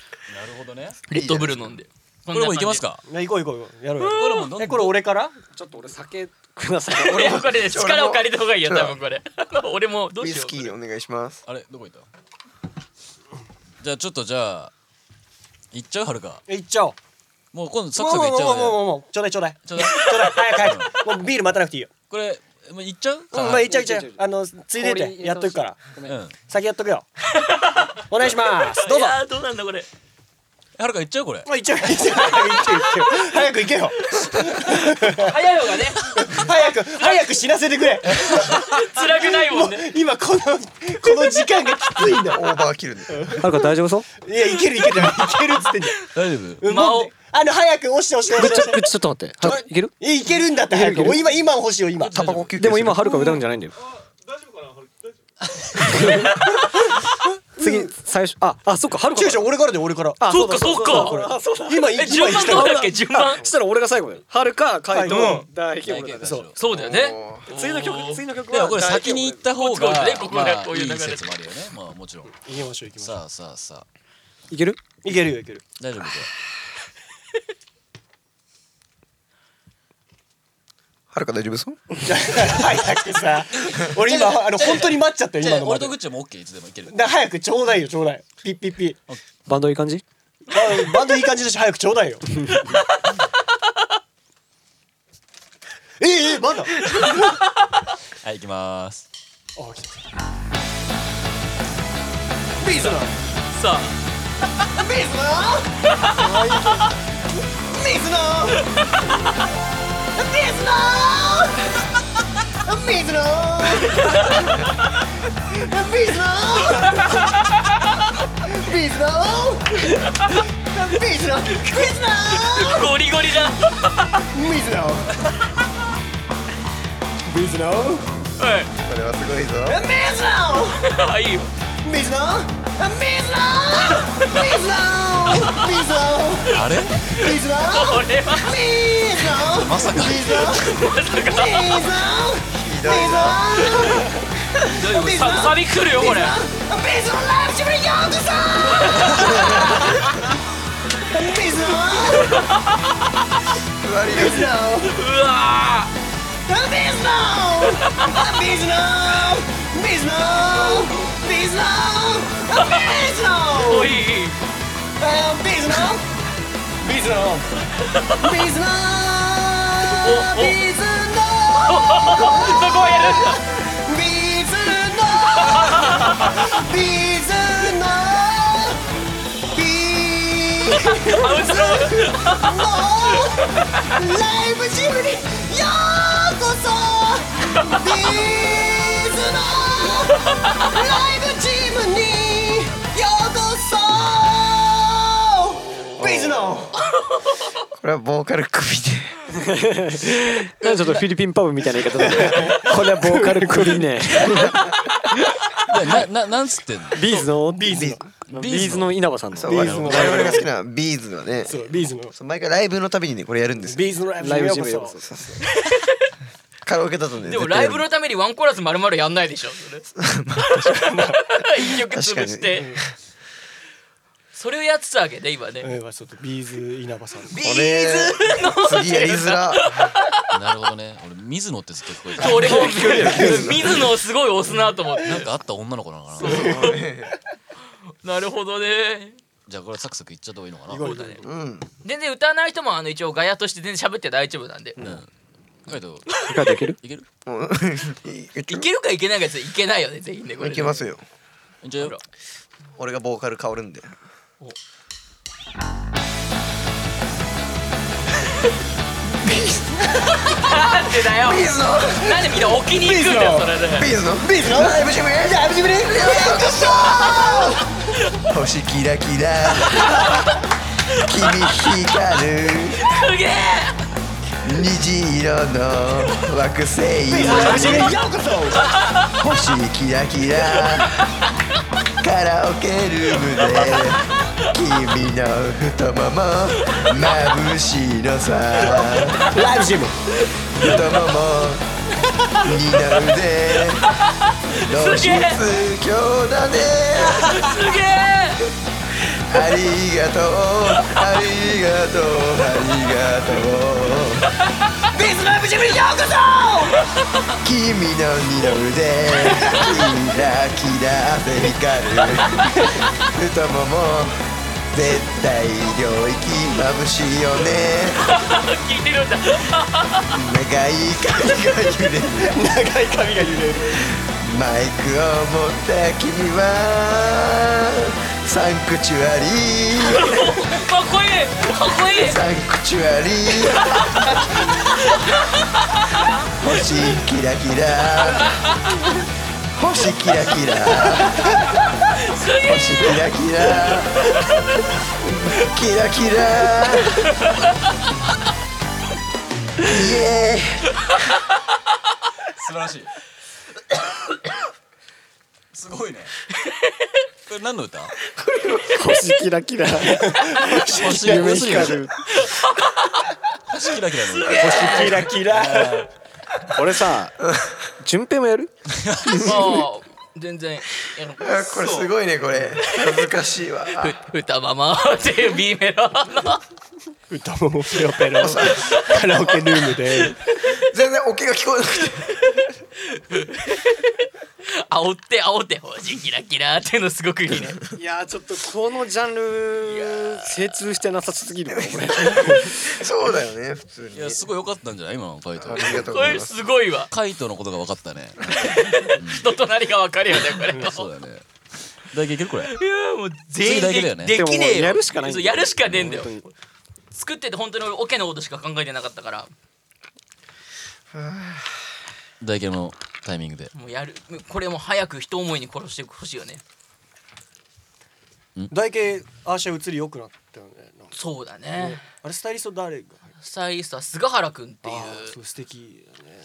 S4: るほどね。
S1: レッドブル飲んでこ
S4: こ
S1: ん
S4: れ
S1: な
S4: も
S1: 感
S4: い
S1: じ
S4: けますか。
S2: な行こう行こう行こうやろうよ
S4: これもどん
S2: えこれ俺から
S3: ちょっと俺酒くださ い
S1: いやこれ力を借りた方がいいよ
S6: 俺
S1: 多
S6: も
S1: 分これ 俺もど
S6: ウ
S1: う
S6: イ
S1: しよ
S6: スキーお願いします
S4: あれどこ行ったじゃあちょっとじゃあ行っちゃうはるか
S2: え行っちゃおう
S4: もう今度サ
S2: も
S4: ク
S2: う
S4: サ
S2: も
S4: ク行っち
S2: うも
S4: ゃ
S2: う
S4: う
S2: もう
S4: ね
S2: もうもうちょうだいちょうだい
S4: ちょうだい
S2: ちょうだい早く早くもうビール待たなくていいよ
S4: これもう行っちゃう
S2: うんまあいっちゃういっちゃうあのついでてやっとくから
S4: うんは
S2: 先やっとくよお願いしますどうぞ
S1: あー どうなんだこれ
S4: るか行っちゃうこれ
S2: まあいっちゃういっちゃう早く行けよ
S1: 早い方 がね
S2: 早く早く死なせてくれ
S1: 辛くないもんね
S2: 今このこの時間がきついんだよ
S6: オーバーキルで
S3: はるか大丈夫そう
S2: いやいけるいけるいけるっつってんじ
S4: 大丈夫
S2: ゃんうんもうあの早く押して押して
S3: ぐっ
S2: 押し
S3: ち
S2: て
S3: ょぐっちょっと待ってはるかいける
S2: いけるんだって早くもう今今欲しいよ今
S6: タバコ休憩
S3: でも今はるか歌うんじゃないんだよ
S5: 大丈夫 かなこれ大丈
S3: 次最初ああそっかはるか
S2: 違う違う俺からだよ俺から
S3: あ
S1: そっかそっか
S3: これ
S2: あそうだ今今今行きたい
S1: どうだっけ順番
S3: したら俺が最後だよはるか海
S2: 海
S3: 斗
S2: 斗
S3: 大輝
S4: 大
S3: 俺だ
S4: 丈夫
S3: ね
S4: そう
S1: そうだよね
S3: 次の曲次の曲
S4: で
S3: は
S4: もこれ先に行った方が
S1: こっちこっちねここが
S4: まあ
S1: こういう流れ
S4: いい説もあるよねまあもちろん
S2: 行きましょう行きましょう
S4: さあさあさあ
S3: いける
S2: いけるよいける
S4: 大丈夫こ
S6: はるか大丈夫そう
S2: 早くさ俺今あの本当に待っちゃった
S4: れ
S2: よ
S4: じゃ
S2: 今
S4: あ
S2: の
S4: 俺
S2: ま
S4: と
S2: で
S4: グッチョも OK いつでもいける
S2: だ早くちょうだいよちょうだいピッピッピ
S3: バンドいい感じ
S2: あバンドいい感じだし早くちょうだいよえ ええまだ
S4: はい行きまーす
S2: あ来た
S1: さあゴリゴリだ
S6: これはすごいぞ
S1: はいいいよ
S4: あれ
S1: これは
S4: まさか
S6: ひどいな
S1: ササビ来るよこれうわーおいいいどこをやるんだ
S7: ライブジムにようこそビーズのライブジムにようこ
S6: これはボーカル首で
S3: なんかちょっとフィリピンパブみたいな言い方だねこれはボーカルクリーね
S4: なななんつってんの
S3: ビーズのビーズのビーズの稲葉さん
S6: そ
S3: の
S6: う我々
S2: の
S6: 我々が好きなビーズのね
S2: そうビーズの
S6: そう毎回ライブのたびにねこれやるんですよ
S2: ビーズのライブ
S3: ライブジ
S2: よう
S3: ム
S2: こ
S3: よう
S2: そ
S3: こそ
S6: カラオケだとね
S1: でも
S6: 絶対
S1: ラ
S6: や
S1: イ
S6: る
S1: ブのためにワンコーラスまるまるやんないでしょそれ 一曲潰 してそれをやってたわけで今ね
S2: えーまあちょっとビーズ稲葉さん
S6: これ次やりづら
S4: なるほどね俺水野ってずっと聞こえた
S1: 俺 も水野をすごい押すなと思って
S4: なんかあった女の子なのかな
S1: なるほどね
S4: じゃあこれサクサクいっちゃった方がいいのかな
S1: そうだね
S6: うん
S1: 全然歌わない人もあの一応ガヤとして全然喋って大丈夫なんで
S4: えっと
S3: カイトいける
S4: いける
S6: もうい
S1: いけるかいけないかですいけないよね全員ねこれ
S6: いけますよ
S4: いっちゃうよ
S6: 俺がボーカル変わるんで
S1: なんでだよなんでみんな置きに行くんだよそれで
S6: ビーズのビーズのライブジムライブジムようこそ星キラキ ラ君光る
S1: すげえ
S6: 虹色の惑星星キラキラカラオケルームで君の太もも眩しいのさ
S2: ライブジム
S6: 太もも二の腕露出狂だね
S1: すげえ
S6: ありがとうありがとうありがとう
S1: ビーズライブジムにようこそ
S6: 君の二の腕キラキラで光る太もも絶対領域眩しいよね
S1: 聞いてるんだ
S6: 長い髪が揺れる
S2: 長い髪が揺れる
S6: マイクを持った君はサンクチュアリー
S1: かっこいいかっこいい
S6: サンクチュアリー星キラキラ星キラキラ星キラキラキラキライエーイ
S4: 素晴 らしいすごいねこれ何の歌
S3: 星キラキラ
S4: 星
S3: 夢光る
S4: 星キラキラの
S2: 星キラキラ
S3: 俺さ順平もやる
S1: もう全然やる
S6: あこれすごいねこれ恥ずかしいわ
S1: ふたままっていう B メロの
S2: 歌ももペロペロカラオケルームで
S6: 全然オケが聞こえなくて
S1: 煽って煽って星キラキラっていうのすごくいいね
S3: いやーちょっとこのジャンル精通してなさすぎるな俺
S6: そうだよね普通に
S4: いやすごい良かったんじゃない今のカイト
S6: ありがとう
S1: こ
S6: ござい
S1: れ
S6: ます
S1: すごいわ
S4: カイトのことが分かった ね
S1: 人となりがわかるよねこれいや
S4: そうだよね大いけるこれ
S1: もう全員
S4: 次だけだよね
S1: でできねえ
S3: で
S1: よ
S3: もやるしかないんだ
S1: そう
S3: よ
S1: やるしかねえんだよ
S3: 本当に
S1: 作ってて本当に俺オケのことしか考えてなかったから
S4: 大けのタイミングで
S1: もうやるこれも早く人思いに殺してほしいよね
S2: 大形アーシャ映り良くなったよねなんか
S1: そうだね
S2: あれスタイリスト誰が入っ
S1: スタイリストは菅原君って
S2: て
S1: い
S2: いううそう素敵だね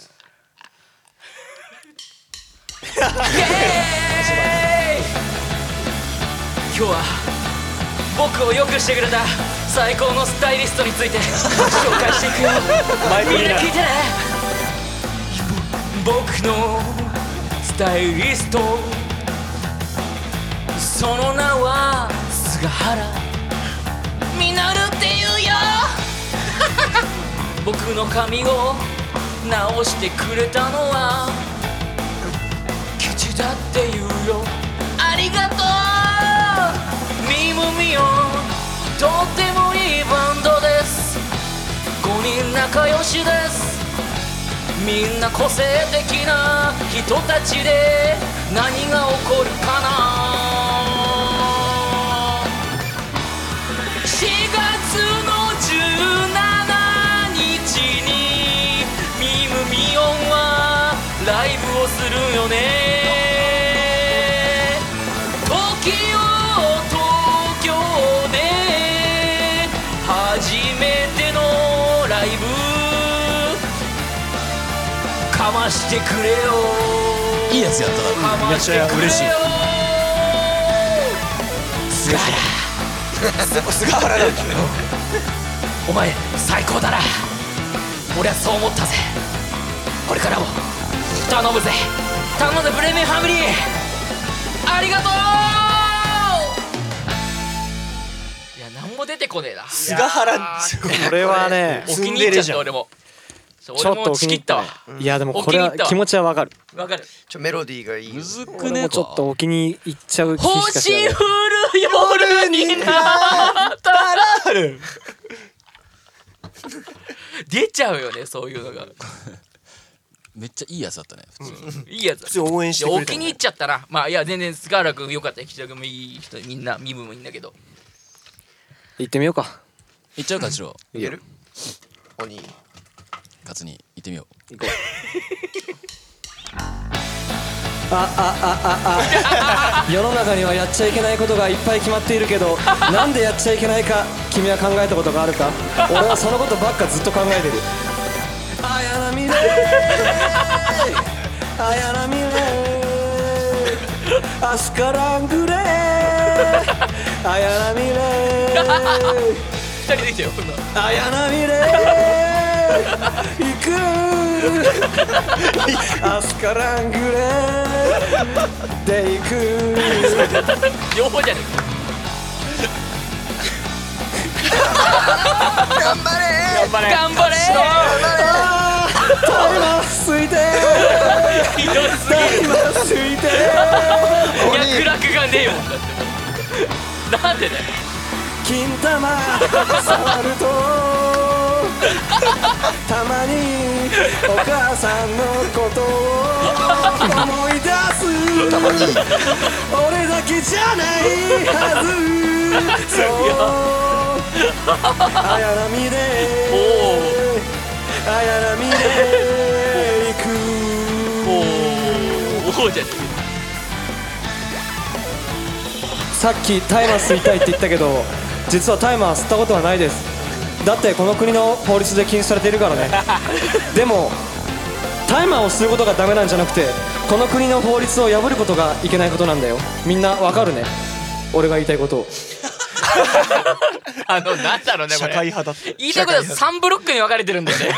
S1: 今日は僕を良くしてくれた最高のスタイリストについて紹介していくよ
S2: マイク
S1: み
S2: に
S1: んな
S2: な
S1: 聞いてねぼ僕のスタイリストその名は菅原みなるっていうよ 僕の髪を直してくれたのはケチだって言うよありがとうみもみよとってもいいバンドです5人仲良しですみんな個性的な人たちで何が起こるかな4月の17日にミムミオンはライブをするよね時を東京で初めてのライブかましてくれよ
S4: いいやつやったな
S1: かましてくれよ菅原
S2: 菅原なんだ
S1: お前最高だな俺はそう思ったぜこれからも頼むぜ頼むぜブレーメンファミリーありがとういや何も出てこねえな
S2: 菅原
S3: これはね
S1: お気に入っちゃった俺もそう
S3: ちょ
S1: 俺
S3: っと
S1: も
S3: お
S1: ち
S3: 気
S1: き
S3: に
S1: っ
S3: 入っ
S1: た
S3: たわ
S1: わ
S3: いやでもこれ
S1: お気に入
S3: は
S1: ったわ
S3: 気持ちはわかる
S1: わかる
S6: ちょメロディーがいい
S4: む
S6: よ
S4: ずく
S3: 俺
S4: ねえ
S3: も
S4: か
S3: ちょっとお気に入っちゃう気しかし
S1: 星
S3: ない
S1: 降る夜になったら出ちゃうよねそういうのが
S4: めっちゃいいやつだったね普通に
S1: いいやつ
S2: 普通応援してく
S1: お
S2: れた
S1: 気
S2: よ
S1: に
S2: ね
S1: 入っちゃったなまあいや全然菅原君よかったよ岸田君もいい人みんな身分もいいんだけど
S3: 行ってみようか
S4: いっちゃうかちろ
S6: いける鬼
S4: 勝つに行ってみよう
S3: 世の中にはやっちゃいけないことがいっぱい決まっているけ どなんでやっちゃいけないか君は考えたことがあるか俺はそのことばっかずっと考えてる綾波レイ綾波 レイアスカラングレイ綾波レイ
S1: 二人できたよ今
S3: 綾波レイ行くアスカラングレイで行く
S1: 両方じゃねえか頑張れ
S3: タイマーすいて
S1: 頑張れひどすぎ
S3: タイマーすいて
S1: 脈絡がねえもんだってなんでだよ
S8: 金玉触るとたまにお母さんのことを思い出す
S6: たまに
S8: 俺だけじゃないはずそう綾波で綾波で行く
S1: おおじゃね
S3: さっきタイマー吸いたいって言ったけど実はタイマー吸ったことはないですだってこの国の法律で禁止されているからねでもタイマーを吸うことがダメなんじゃなくてこの国の法律を破ることがいけないことなんだよみんなわかるね俺が言いたいことを
S1: あのなんだろうねこ
S2: 社会
S1: れ
S2: 派だって
S1: 言いたいことは3ブロックに分かれてるんだよ ね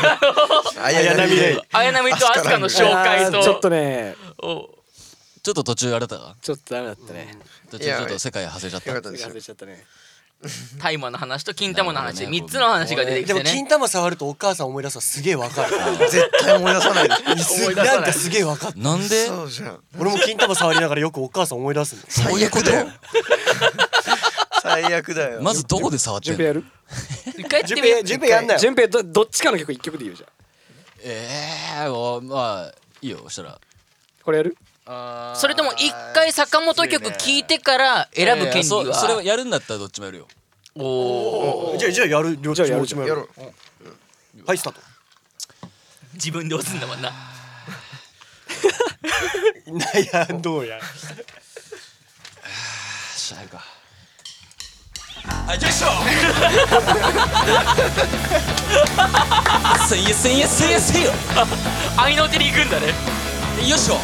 S1: あの
S6: 綾波レイ
S1: 綾波と飛鳥の紹介
S3: あーちょっ
S1: と
S3: とね
S1: お
S9: ちょっと途中あれだか
S3: ちょっとダメだったね
S9: 途
S6: い
S9: 中
S6: や
S9: ちょっと世界外れちゃっ
S6: よかったたです
S3: 忘
S6: よ
S3: れちゃったね
S1: タイマーの話と金玉の話で
S9: なる
S1: 3
S9: ほどね
S1: つの話が出てき
S2: でも
S1: てね
S2: 金玉触るとお母さん思い出すのはすげえわかる
S6: 絶対思い出さないです
S1: 思い出さない
S2: なんかすげえわかる
S9: なんで
S6: そうじゃん
S2: 俺も金玉触りながらよくお母さん思い出すの
S6: 最悪だよ最悪だよ
S9: まずどこで触って
S3: 順
S9: ん
S3: 平や
S9: の
S3: る
S1: 一回やって
S2: 順
S1: みよ
S2: 平順平やんなよ
S3: 順平どどっちかの曲一曲で言うじゃん
S9: ええもうまあいいよそしたら
S3: これやる
S1: うそれとも一回坂本曲聴いてから選ぶ権利
S9: いやいやそそれ
S1: は
S9: はやるんだったらどっちもやるよ
S1: おお
S2: じゃあじゃあやる両
S3: じゃあやる
S2: 両チーム
S6: やろう
S2: はいスタート
S1: 自分で押すんだもんな
S2: 悩んどうや
S9: しゃあかあじゃあよいしょせんやせんやせんや
S1: 愛の手に行くんだね
S9: せんやよいしょ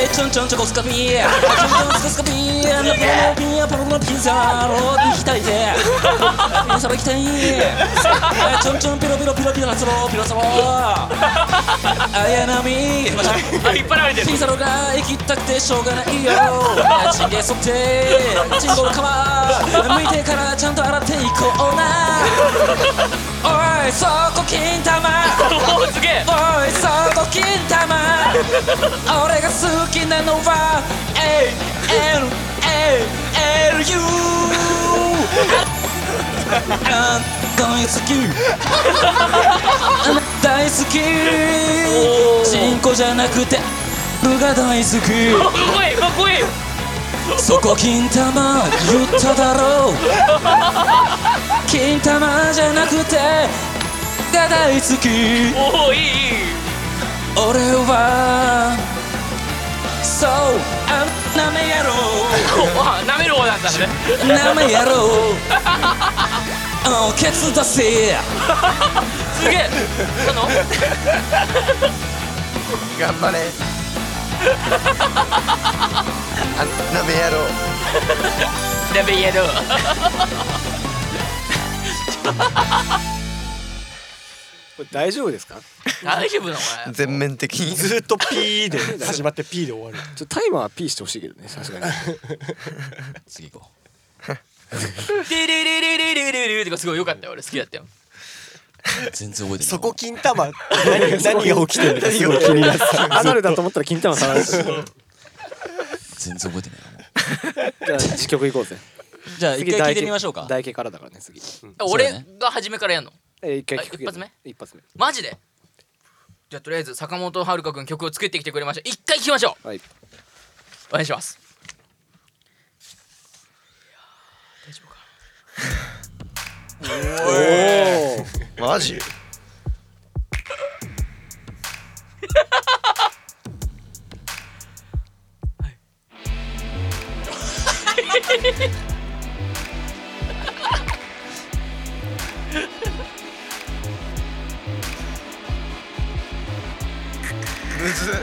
S9: えいちょんちょんちょこすかぴーちょんちょんすかすかぴーナポロピーパロのピザローピーたい で皆様行きたいえちょんちょんピロピロピロピロなつろピロ 様あやなみ行きましょう
S1: あ引っ張られてる
S9: ピザロが生きたくてしょうがないよチンゲ剃ってチンゴの皮剥いてからちゃんと洗っていこうなおいそこ金玉
S1: おおすげえ
S9: おいそこ金玉俺が好きなのは ALALU あ大好きあなた大好きチンコじゃなくてルが大好き
S1: かっこいいかっこいい
S9: そこ金玉言っただろう金玉じゃなくてが大好き
S1: おおいいいい
S9: 俺はそうあなめやろ
S1: おあ舐める方なんだね
S9: うなめや ろうあケツ出せ
S1: すげえなの
S6: 頑張れあ鍋やろう
S1: ダメやろう
S3: これ大丈夫ですか
S1: 大丈夫なのこれ
S6: 全面的に
S2: ずーっとピーで始まってピーで終わる
S3: ちょタイマーは P してほしいけどねさすがに
S9: 次行こう
S1: デレレレレレレレとかすごい良かったよ俺好きだったよ
S9: 全然覚えてない
S2: そこ金玉って何 何が起きてるのかすごい気になる
S3: アナルだと思ったら金玉触られてる
S9: 全然覚えてないなも
S3: じゃあ次曲いこうぜ
S9: うじゃあ一回聞いてみましょうか
S3: 台形からだからね次
S1: 俺が初めからやんの
S3: えー一回聞くけど
S1: あ一発目
S3: 一発目
S1: マジでじゃあとりあえず坂本遥香君曲を作ってきてくれました一回聴きましょう
S3: はい
S1: お願いしますいやー大丈夫か
S3: おお
S6: マジむずっ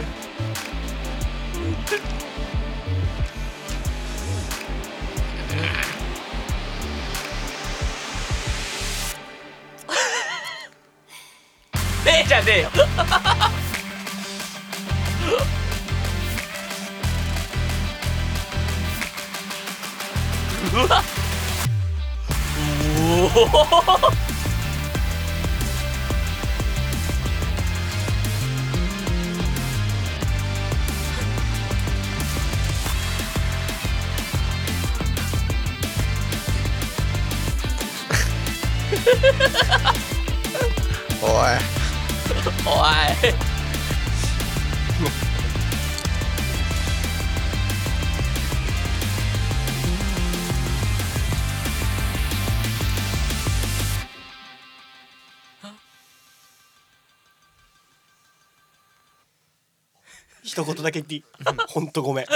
S1: ねえじゃねえよう
S6: おい
S1: おい
S2: 一言だけ言っていい本当ごめん
S3: い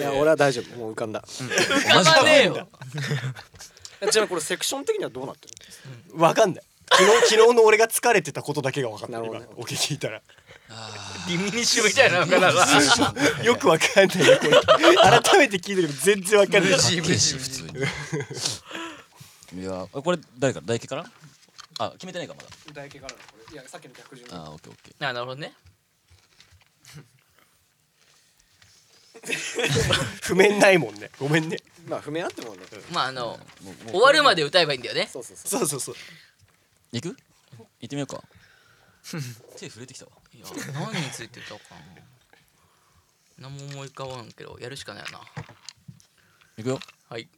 S3: や俺は大丈夫もう浮かんだ
S1: 浮かばねえよ
S3: ちなみにこれセクション的にはどうなってる
S2: わかんない昨日昨日の俺が疲れてたことだけがわかんない
S3: なるほ
S2: 今
S3: どね
S2: お聞きいたら
S1: ディミニッシュみたいなのかな
S2: よくわかんないよこれ改めて聞いたけど全然わかん ない
S6: 嬉しい嬉しい普通に
S4: いやこれ誰から大輝からあ決めてないかまだ
S5: 唾液からのこれいやさっきの逆順
S4: あーオッケーオッケ
S1: な
S4: ー
S1: るほどね
S2: 譜面ないもんねごめんね
S3: まあ不明あってもね
S1: まああの終わるまで歌えばいいんだよね
S3: そうそうそう
S2: そうそうそう
S4: 行く行ってみようか手触れてきたわ
S1: いや何について歌おうかな何も思い浮かばんけどやるしかないよな
S4: 行くよ
S1: はい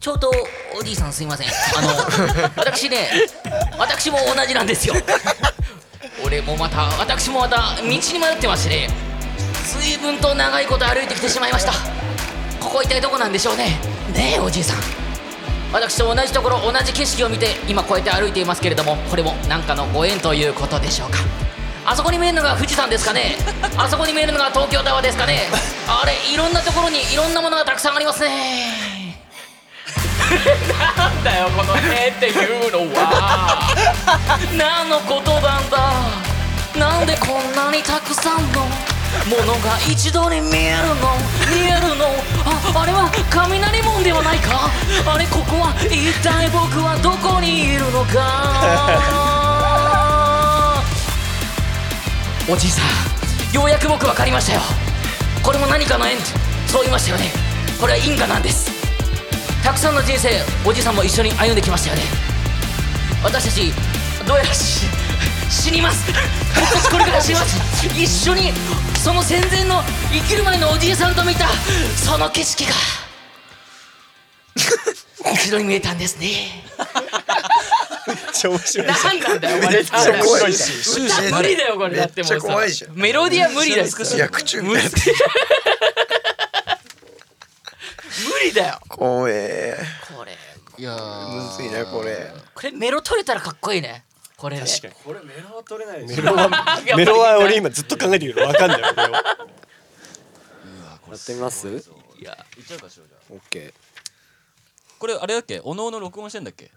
S1: ちょうどおじいさんすいませんあの私ね私も同じなんですよ俺もまた私もまた道に迷ってましてね随分と長いこと歩いてきてしまいましたここ一体どこなんでしょうねねえおじいさん私と同じところ同じ景色を見て今こうやって歩いていますけれどもこれも何かのご縁ということでしょうかあそこに見えるのが富士山ですかねあそこに見えるのが東京タワーですかねあれいろんなところにいろんなものがたくさんありますねなんだよこの「ね」っていうのは何のことなんだなんでこんなにたくさんのものが一度に見えるの見えるのああれは雷門ではないかあれここは一体僕はどこにいるのか おじいさんようやく僕分かりましたよこれも何かの縁そう言いましたよねこれは因果なんですたくさんの人生おじいさんも一緒に歩んできましたよね私たちどうやらし死にます僕たちこれから死にます一緒にその戦前の生きる前のおじいさんと見たその景色が一度に見えたんですね
S2: 超面白い
S1: 何なんだよこ
S6: め
S1: れ
S6: っちゃ怖い
S1: 無理だよこれ
S6: め
S1: だ
S6: っ
S1: っても
S6: ちゃ
S1: うさ
S6: 怖いじゃん
S1: メロディア無理だよ
S6: いや口みたいな
S1: 無理だよ
S6: 怖え
S1: これ
S4: いやー
S6: むずいなこれ
S1: これメロ取れたらかっこいいねこれ
S2: 確かに
S5: これメロは取れないで
S2: メ
S5: す
S2: ロはメロは俺今ずっと考えてるけどわかんないこれは
S3: やってみます
S1: いや
S4: 行っちゃうかしようじゃあ
S3: オッケ
S4: これあれだっけおのおの録音してんだっけ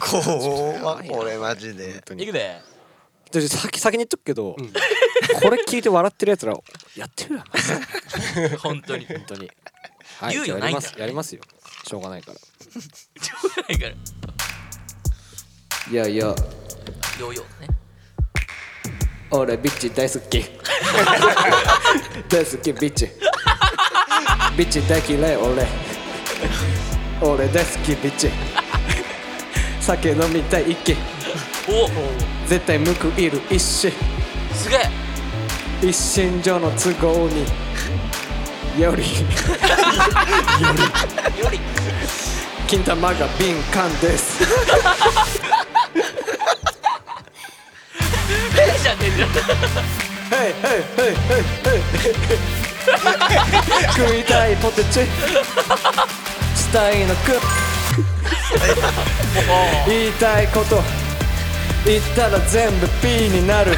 S6: 怖いこれマジで
S4: 行くで
S3: ーで先先に言っとくけどこれ聞いて笑ってるやつらやってみろ本
S1: 本当に
S3: 当にはい
S1: 猶予
S3: じゃあ
S1: ない
S3: やり
S1: んだ
S3: ますやりますよしょうがないから
S1: ないから
S3: いやい や
S1: ヨーヨーね
S3: 俺ビッチ大好き 大好きビッチビッチ大嫌い俺俺大好きビッチ酒飲みたい一気
S1: お
S3: 絶対報いる一心
S1: すげえ
S3: 一心上の都合に よりより金玉が敏感です
S1: 変じゃねえじゃん
S3: 食いたいポテチしたいのく言いたいこと言ったら全部 P になる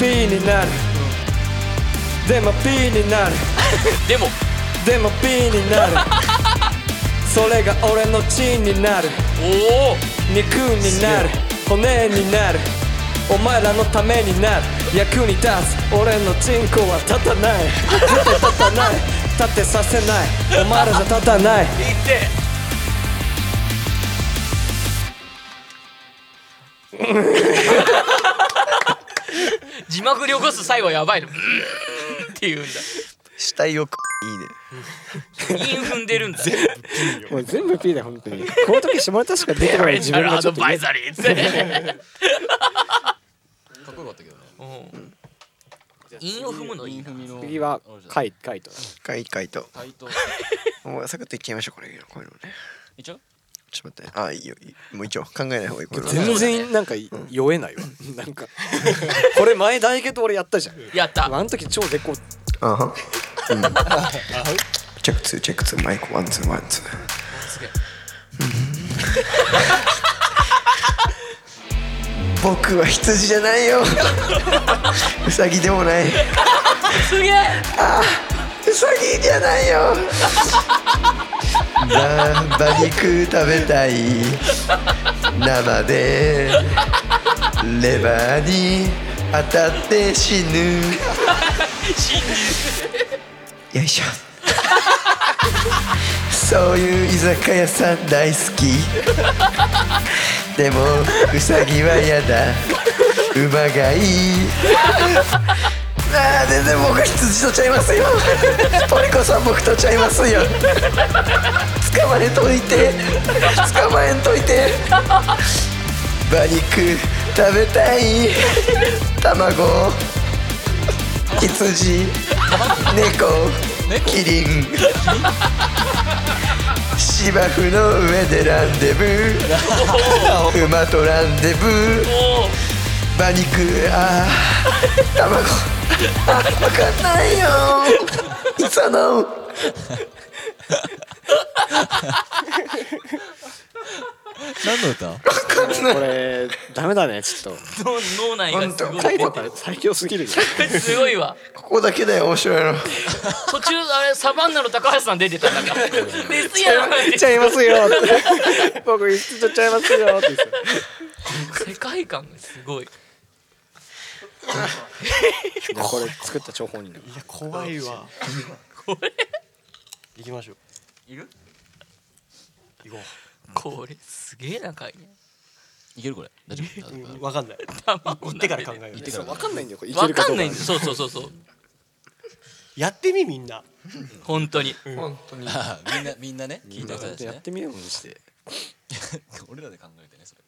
S3: P になるでも P になる
S1: でも
S3: でも P になるそれが俺の血になる
S1: おお
S3: 肉になる骨になるお前らのためになる役に立つ俺のチンコは立たない立て立たない立てさせないお前らじゃ立たない
S1: いってえ字幕で起こす最後やばいのうんって言うんだ
S6: 死体をくいいね
S1: 韻踏んでるんだ
S3: もう全部 P だよ本当にこの時下ネタしか出てこない自分がちょっと
S1: アドバイザリーっつって
S4: かっこよかったけどね
S1: うん韻を踏むのいいな
S4: 韻踏みの
S3: 次はカイカイト
S6: かいかいと
S4: 対等
S6: もうサクッといっちゃいましょうこれこういうのね
S4: 一応
S6: ちょっと待ってあいいよいいもう一応考えない方がいいこれは
S3: 全然なんか酔えないわ なんかこれ前大家と俺やったじゃん
S1: やった
S3: あの時超絶好
S6: あはんうんチェックツーチェックツーマイクワンツーワンツー 僕は羊じゃないよウサギでもないすげえウサギじゃないよ ば馬肉食べたい生でレバーに当たって死ぬ よいしょそういう居酒屋さん大好きでもウサギは嫌だ馬がいいあー全然僕羊とちゃいますよポリコさん僕とちゃいますよ捕まえといて捕まえんといて馬肉食べたい卵羊猫キリン芝生の上でランデブー馬とランデブー馬肉あー卵あ分かんないよいつの
S4: 何の歌
S3: これダメだねちょっ
S1: 脳脳内がす
S6: ほん
S1: ご
S6: と
S1: い
S6: カイト
S3: と最強すぎるよ
S1: すごいわ
S6: ここだけだよ面白いの
S1: 途中あれサバンナの高橋さん出てたなんか別やな
S3: 言っちゃいます よって僕言っちゃいますよって言って
S1: 世界観がすごい
S3: たこれ作った張本人だ
S2: いや怖いわ
S1: これ
S2: 行きましょういる行こ
S1: これすげえ仲いいね
S4: いけるこれ大丈夫
S2: う、うん、分かんない
S1: 卵
S2: 行ってから考えよ
S4: 言っ
S2: う
S4: てから
S3: わかんないんだよこれいけ
S1: わ
S3: るか
S1: か
S3: ど
S1: ん
S3: う
S1: ない
S3: か
S1: んだよそうそうそうそう
S2: やってみみんな
S1: 本当に
S4: あみんなみんなね聞いた人たち
S3: やっ
S4: ね
S3: てみようにして
S4: 俺らで考えてねそれ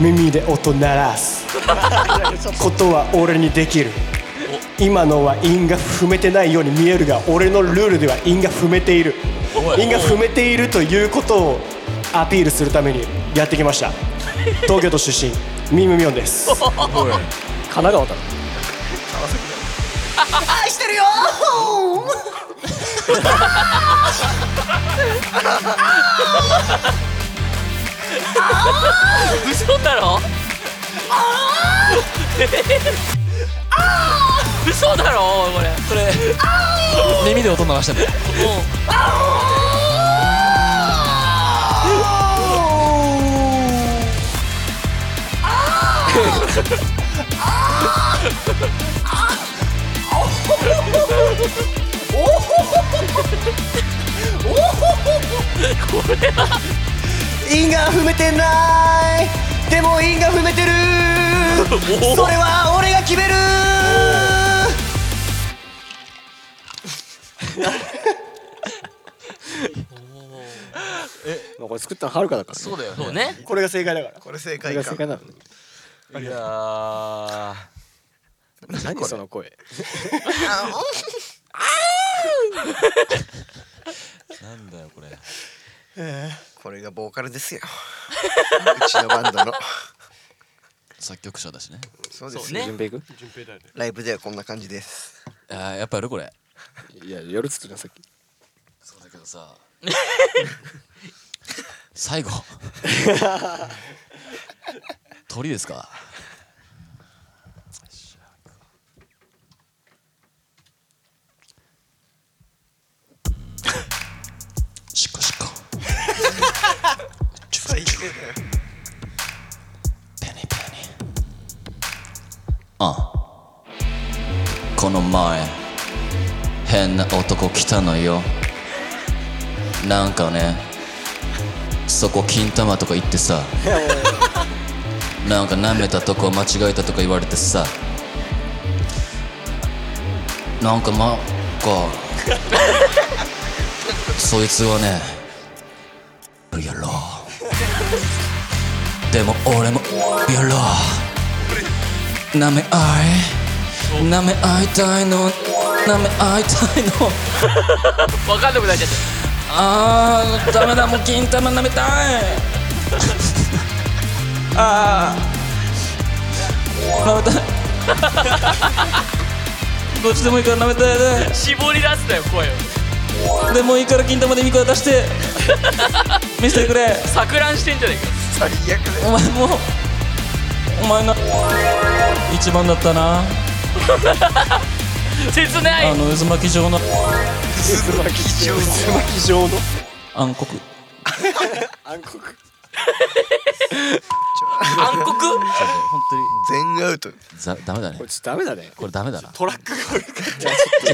S2: 耳で音鳴らすことは俺にできる今のは韻が踏めてないように見えるが俺のルールでは韻が踏めている韻が踏めているということをアピールするためにやってきました東京都出身ミムミョンです
S3: 神奈川だろ
S1: 嘘だろ嘘だろこれ
S4: これ耳で音流したんだよ
S1: も
S2: 韻が踏めてないでも韻が踏めてるそれは俺が決める
S3: まあこれ作ったのはるかだからね
S4: うだよ
S1: うそうね
S2: これが正解だから
S6: これ正
S3: それ
S6: 解
S3: が
S6: か
S3: 正解なの
S4: いやー
S3: 何その声
S4: なんだよこれ
S6: これがボーカルですようちのバンドの
S4: 作曲者だしね
S6: そうです
S1: ね
S6: ね
S3: 順平くん
S6: ライブではこんな感じです
S4: あーやっぱやるこれ
S3: いや夜作ったさっき
S4: そうだけどさ最後鳥ですかシコシコ
S6: 最低だよ
S4: ペニペニあこの前変な男来たのよなんかねそこ金玉とか言ってさなんか舐めたとこ間違えたとか言われてさなんかまかそいつはねやろうでも俺もやろうなめ合いなめ合いたいのなめ合いたいの
S1: わかんなくなっちゃった
S4: あーダメだもう金玉舐めたいあ あ舐めたいどっちでもいいから舐めたいね
S1: 絞り出すなよ声を
S4: でもいいから金玉でいいから出して見せてくれ
S1: 錯乱してんじゃねえか
S6: 最悪だ
S4: お前もお前が一番だったな
S1: 切ない
S4: あの渦巻き状の
S2: 渦巻き状の
S4: 暗黒
S1: 暗黒
S4: 本
S6: 全アウト
S4: 当にざダメだね
S3: こいつダメだね
S4: これダメだな
S2: トラックが
S4: 違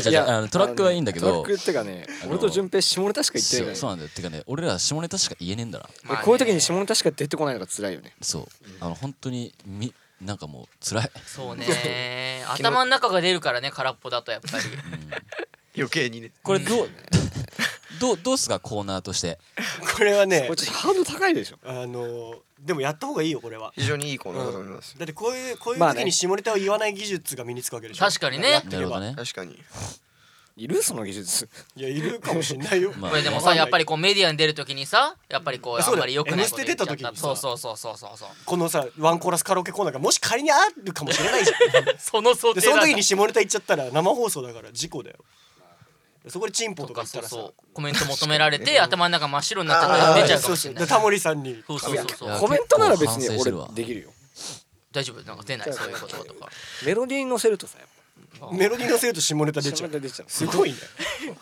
S4: う違う違うあのトラックはいいんだけ
S3: トラ
S4: ど
S3: ックってかね
S4: あの
S3: 俺と順平下ネタしか言って
S4: そ
S3: な
S4: う
S3: い
S4: そうなんだよてかね俺ら下ネタしか言えねえんだな
S3: からこういう時に下ネタしか出てこないのが辛いよね
S4: そうあの本当にみなんかもう辛い
S1: そうね頭の中が出るからね空っぽだとやっ ぱり
S6: 余計にね
S4: これどう どうどうすかコーナーとして
S2: これはね
S3: こいつハードル高いでしょ
S2: あのでもやった方がいいよこれは。
S6: 非常にいいコーナーだと思います
S2: だってこういうこういう
S3: まあ
S2: 時
S3: ね
S2: に下ネタを言わない技術が身につくわけでしょ。
S1: 確かにね
S2: やって
S4: な
S2: れ
S4: る
S2: ば
S4: ほどね
S6: 確かに
S3: いるその技術
S2: いやいるかもしれないよ。
S4: まあ
S1: これでも
S2: わ
S1: さ
S2: かんな
S1: や
S2: い
S1: っぱりこうメディアに出るときにさやっぱりこう
S2: あ
S1: あ
S2: そうん
S1: ま
S2: だよ
S1: り良くないこと言っちゃった
S2: M ステ出た時にさ
S1: そうそうそうそうそうそう
S2: このさワンコーラスカラオケコーナーがもし仮にあるかもしれないじゃん。
S1: その想
S2: で
S1: 定
S2: そ
S1: だ
S2: の時に下ネタ言っちゃったら生放送だから事故だよ。そこでチンポ
S1: と
S2: とか
S1: か
S2: 言った
S1: そう
S2: らさ。
S1: そうコメント求められ て頭の中真っ白になっちゃったら出ちゃうかもしれな
S2: あ
S1: い
S2: ーそうそうでタモリさんに
S1: そうそうそうそ
S4: いうや
S3: コメントなら別
S4: 結構反省してるわ
S3: に俺できるよ
S1: 大丈夫なんか出ないそういうこととか
S3: メロディーに乗せるとさやっ
S2: メロディー乗せると下ネタ
S3: ぱ
S2: 出ち
S3: 下
S2: ゃ
S3: ネタ
S2: う。
S3: 出ちゃう
S2: すごいね。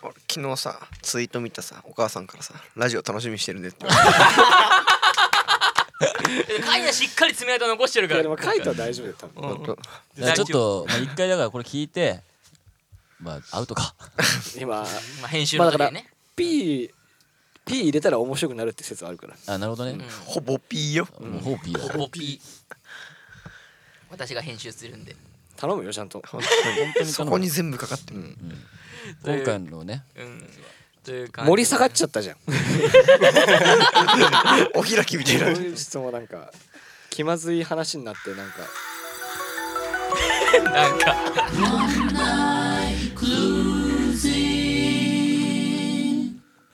S6: 俺昨日さツイート見たさお母さんからさラジオ楽しみにしてるねって
S1: カイナしっかり爪痕残してる
S3: い
S1: か
S3: や
S1: ら
S3: でも書いたら大丈夫だよ多 分
S6: 本当
S4: いやちょっとまあ一回だからこれ聞いてまあアウトか
S3: 今
S1: まあ編集
S3: ま
S1: の
S3: あだ
S1: 時
S3: から
S1: にね
S3: P P 入れたら面白くなるって説はあるから
S4: あなるほどね
S6: ほぼピーよ
S4: もうホーピーだ
S1: ほぼ P 私が編集するんで
S3: 頼むよちゃんと
S6: 本当に
S4: 当に
S6: そこに全部かかってる
S4: 今回のね
S1: うんという感じ
S3: 盛り下がっちゃったじゃん
S6: お開きみたい
S3: そう
S6: な
S3: いう質問なんか気まずい話になってなんか
S1: なんか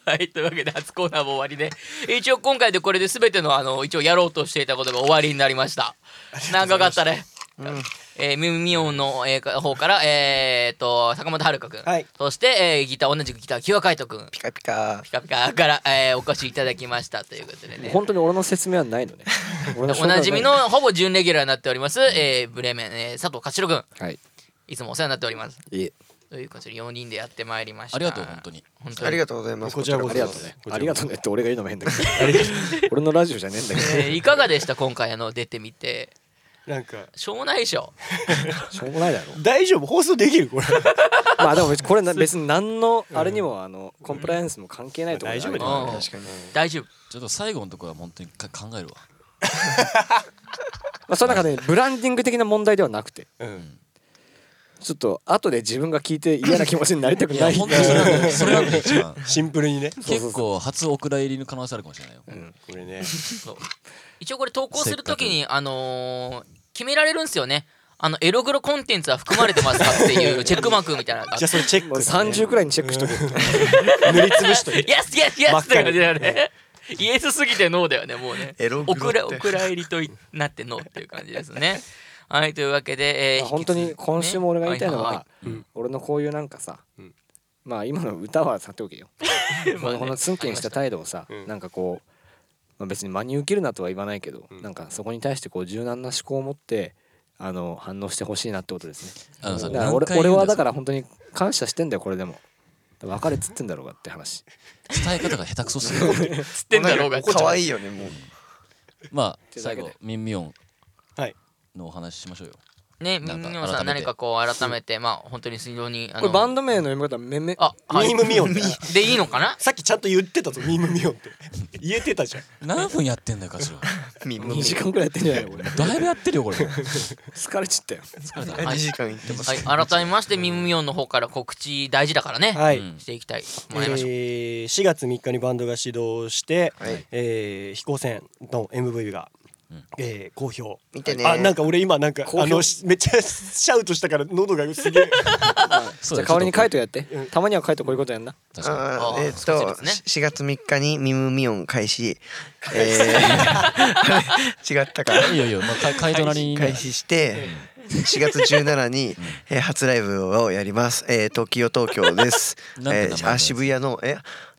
S1: はいというわけで初コーナーも終わりで一応今回でこれで全てのあの一応やろうとしていたことが終わりになりました長かったねえー、ミミミオンの、えー、方から、えー、と坂本遥香君、
S2: はい
S1: そして、えー、ギター同じくギター清和海斗君
S6: ピカピカ
S1: ピカピカから、えーお越しいただきましたということでね
S3: 本当に俺の説明はないのね俺の
S1: おなじみの
S3: は
S1: ほぼ準レギュラーになっております、えーブレーメン、えー佐藤勝郎君
S3: い
S1: いつもお世話になっております
S3: いえ
S1: ということで4人でやってまいりました
S4: ありがとう本当に
S1: 本当に
S6: ありがとうございます
S2: こちらこそ
S3: ありがとうねありがとうねって俺が言うのも変だけど俺のラジオじゃねえんだけ
S1: えーいかがでした今回あの出てみて
S2: なんか
S1: しょうないでしょ
S3: どしょうもないだろ
S2: 大丈夫放送できるこれ。
S3: まあでも別にこれな別に何のあれにもあのコンプライアンスも関係ないところ
S2: 大丈夫だ
S1: よ
S3: よ
S6: 確かに
S1: 大丈夫
S4: ちょっと最後のところは本当にか考えるわ
S3: まあその中でブランディング的な問題ではなくて
S2: うん。
S3: ちょっと後で自分が聞いて嫌な気持ちになりたく
S4: い
S3: な
S4: や
S3: い
S4: 本当にそれなんだよそれなんだよ一 番
S2: シンプルにね。
S4: 結構初お蔵入りの可能性あるかもしれないよ
S2: これね。
S1: そう一応これ投稿するときにあのー決められるんですよねあのエログロコンテンツは含まれてますかっていうチェックマークみたいなのがあっ
S2: じゃ
S1: て
S2: あそれチェッ
S3: もう
S2: ク。
S3: 30くらいにチェックしとけ
S2: 塗りつぶしといて。
S1: イエスイエスイエ
S2: 真っ
S1: スって
S2: 赤に
S1: 感じだよねイエスすぎてノーだよねもうね
S6: エロ
S1: お
S6: グロって
S1: 蔵お蔵入りといなってノーっていう感じですね はいというわけで、えー
S3: まあ本当
S1: 引き
S3: に
S1: 続きね
S3: 今週も俺が言いたいの
S1: はは
S3: は俺のこういうなんかさまあ今の歌はさておけ よこのこのツンケンした態度をさ
S2: うん
S3: なんかこうまあ別に真に受けるなとは言わないけど
S2: ん
S3: なんかそこに対してこう柔軟な思考を持ってあの反応してほしいなってことですね
S4: あのさ
S3: だから俺
S4: 何回言
S3: 俺
S4: うんよ
S3: はだから本当に感謝してんだよこれでも別れつってんだろうがって話
S4: 伝え方が下手くそすぎ る
S1: 知ってんだろう
S6: な
S1: が
S6: んか可愛いよねもう
S4: まあ
S3: てだ
S4: 最
S3: けで
S4: 後ミンミヨン
S2: はい。
S4: のお話ししましょうよ
S1: ね
S10: なんか
S1: 皆さ
S10: 改め
S1: ん
S10: て
S1: 何かこう改めてまあ本当に非常にあ
S3: これバンド名の読み方めめ
S1: あはい
S2: ミームミオンって
S1: でいいのか な
S2: さっきちゃんと言ってたぞミームミオンって言えてたじゃん
S4: 何分やってんだよ頭
S3: 2時間くらいやってんじゃないのこれ
S4: だいぶやってるよこれ
S3: 疲れちったよ
S1: は
S10: 2
S1: い
S10: 時間いってます、
S1: はい、改めましてミムミオンの方から告知大事だからね、
S2: はい
S1: うんしていきたい
S2: え
S1: もらいましょう、
S2: ー4月3日にバンドが始動して、
S10: はい
S2: えー飛行船の MV が、えー好評
S6: 見てね
S2: あなんか俺今なんか
S3: 好評
S2: あのしめっちゃシャウトしたから喉がすげえ
S4: じ
S3: じゃあ代わりにカイトやってたまにはカイトこういうことやん な
S4: 確か
S6: あ
S1: あー
S6: ーえっ
S1: 少し
S6: と
S1: ずつね
S6: 4月3日にミムミオン開始えー違ったか
S4: にいいよいいよ、まあ、 カイカイトなりにね
S6: 開始して4月17に、えー初ライブをやります、えー、東京東京です
S4: なんて名前
S6: え
S4: のやつ
S6: ー、あ渋谷のえ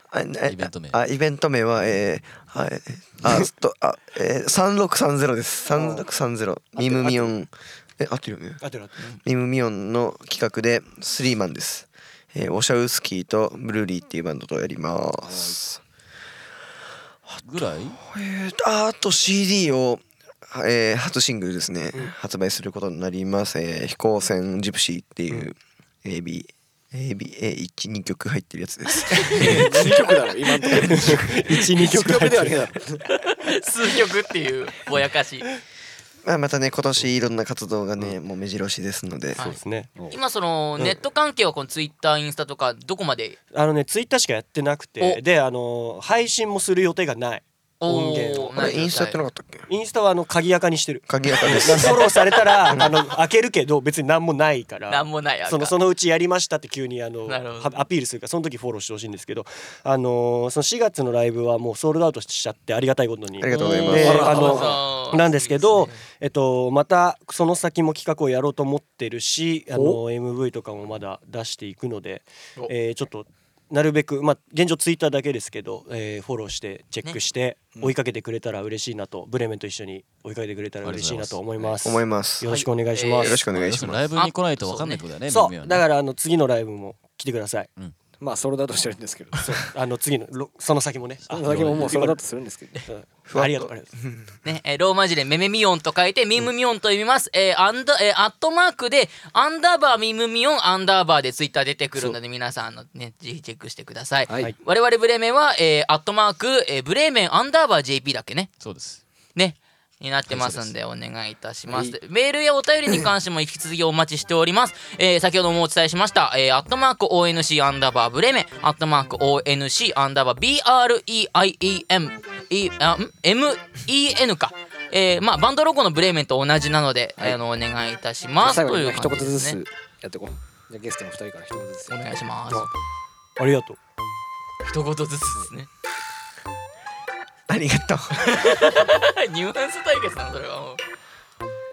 S6: あえ
S4: イベント名
S6: あイベント名はえー、はいあすとあえー、三六三ゼロです三六三ゼロミムミオンえ合ってるよね
S2: あてなって
S6: ミムミオンの企画でスリーマンです、えー、オシャウスキーとブルーリーっていうバンドとやります
S4: ぐらい
S6: えーとああと CD を、えー初シングルですね、発売することになります、えー飛行船ジプシーっていう AB、ABA12 曲入ってるやつです
S3: 2曲だろ今のところ
S2: 12曲入ってる
S1: 数曲っていうぼやかし
S6: まあまたね今年いろんな活動がね、もう目白押しですので、
S1: はい
S2: ですね
S1: 今そのネット関係はこのツイッターインスタとかどこまで
S2: あのねツイッターしかやってなくて
S1: お
S2: であの配信もする予定がない音源を
S1: おー
S6: あれインスタやってな
S1: は
S6: かったっけ
S2: インスタはあの鍵垢にしてる
S6: 鍵垢です
S2: フォローされたらあの開けるけど別に何もないから
S1: いなんもないあ
S2: そのそ
S1: の
S2: のうちやりましたって急にあの
S1: なるほ
S2: はアピールするからその時フォローしてほしいんですけど、あのーその4月のライブはもうソールドアウトしちゃってありがたいことに
S6: ありがとうございま
S2: ですあのなんですけどえっと、またその先も企画をやろうと思ってるしあの MV とかもまだ出していくので
S1: お、
S2: えーちょっとなるべく、まあ、現状ツイッターだけですけど、えーフォローしてチェックして追いかけてくれたら嬉しいなと、ブレメンと一緒に追いかけてくれたら嬉しいなと思います。
S6: 思います
S2: よ
S6: よ
S2: ろしくお願いします。
S1: はい
S6: ろしくお願いします
S4: ライブに来ないと分かんないってことだよね
S2: そ
S4: 耳は
S2: う
S4: ね
S2: だからあの次のライブも来てください。
S3: まあソロだとしてるんですけど
S2: そうあの次のろその先もね。
S3: その先ももうソロだとするんですけど
S2: うんありがとうありがとう。
S1: ね、えーローマ字でメメミオンと書いてミムミオンと読みます、えーアンダえーアットマークでアンダーバーミムミオンアンダーバーでツイッター出てくるので皆さんあの、ね、ぜひチェックしてください、
S3: はい
S1: 我々ブレーメンは、えーアットマーク、えーブレーメンアンダーバー JP だっけね
S4: そうです
S1: ねになってますんでお願いいたします、メールやお便りに関しても引き続きお待ちしております、えー先ほどもお伝えしました「えーアットマーク #ONC アンダーバーブレメン」「アットマーク #ONC アンダーバー BREIEM」E あん MEN か、えーまあ、バンドロゴのブレーメンと同じなので、あのお願いいたします
S3: 最後
S1: とい
S3: に
S1: う
S3: 一
S1: 感
S3: 言
S1: じ
S3: ず
S1: です、
S3: つ
S1: ね、
S3: やってこうじゃあゲストの2人から一言ずつ
S1: お願いします
S2: ありがとう。
S1: 一言ずつですね
S6: ありがとう
S1: ニュアンス対決なのそれはもう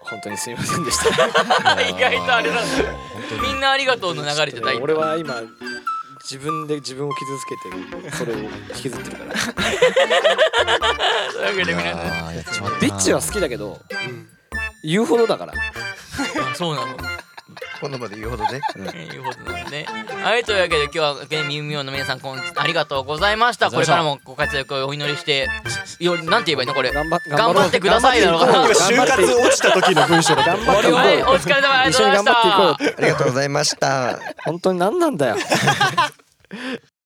S3: 本当にすみません でした
S1: 意外とあれなんだ
S4: もう本当に
S1: みんなありがとうの流れてない
S3: 俺は今自分で自分を傷つけてそれを引きずってるから
S1: というわけで皆さん
S4: あーやっちまったな
S3: ビッチは好きだけど、言うほどだから
S1: そうなの
S6: 今度まで言うほどね、うん
S1: えーいうことなんでね。はい、というわけで今日はねミュウミュウの皆さんこんありがとうございました。これからもご活躍をお祈りして、よなんて言えばいいのこれ。
S3: 頑張
S1: 頑張ってくださいだろう
S3: 頑
S1: な
S3: 張。
S2: 今
S3: って
S2: 就活落ちた時の文章だった。
S3: 頑張ってい こ
S1: は
S3: う
S1: い、お疲れ様ありが
S3: 一
S1: とう
S3: 緒
S1: ござ
S3: に
S1: いま
S3: 頑
S1: した
S3: 張っていこう
S6: ありがとうございました
S3: 本当に何なんだよ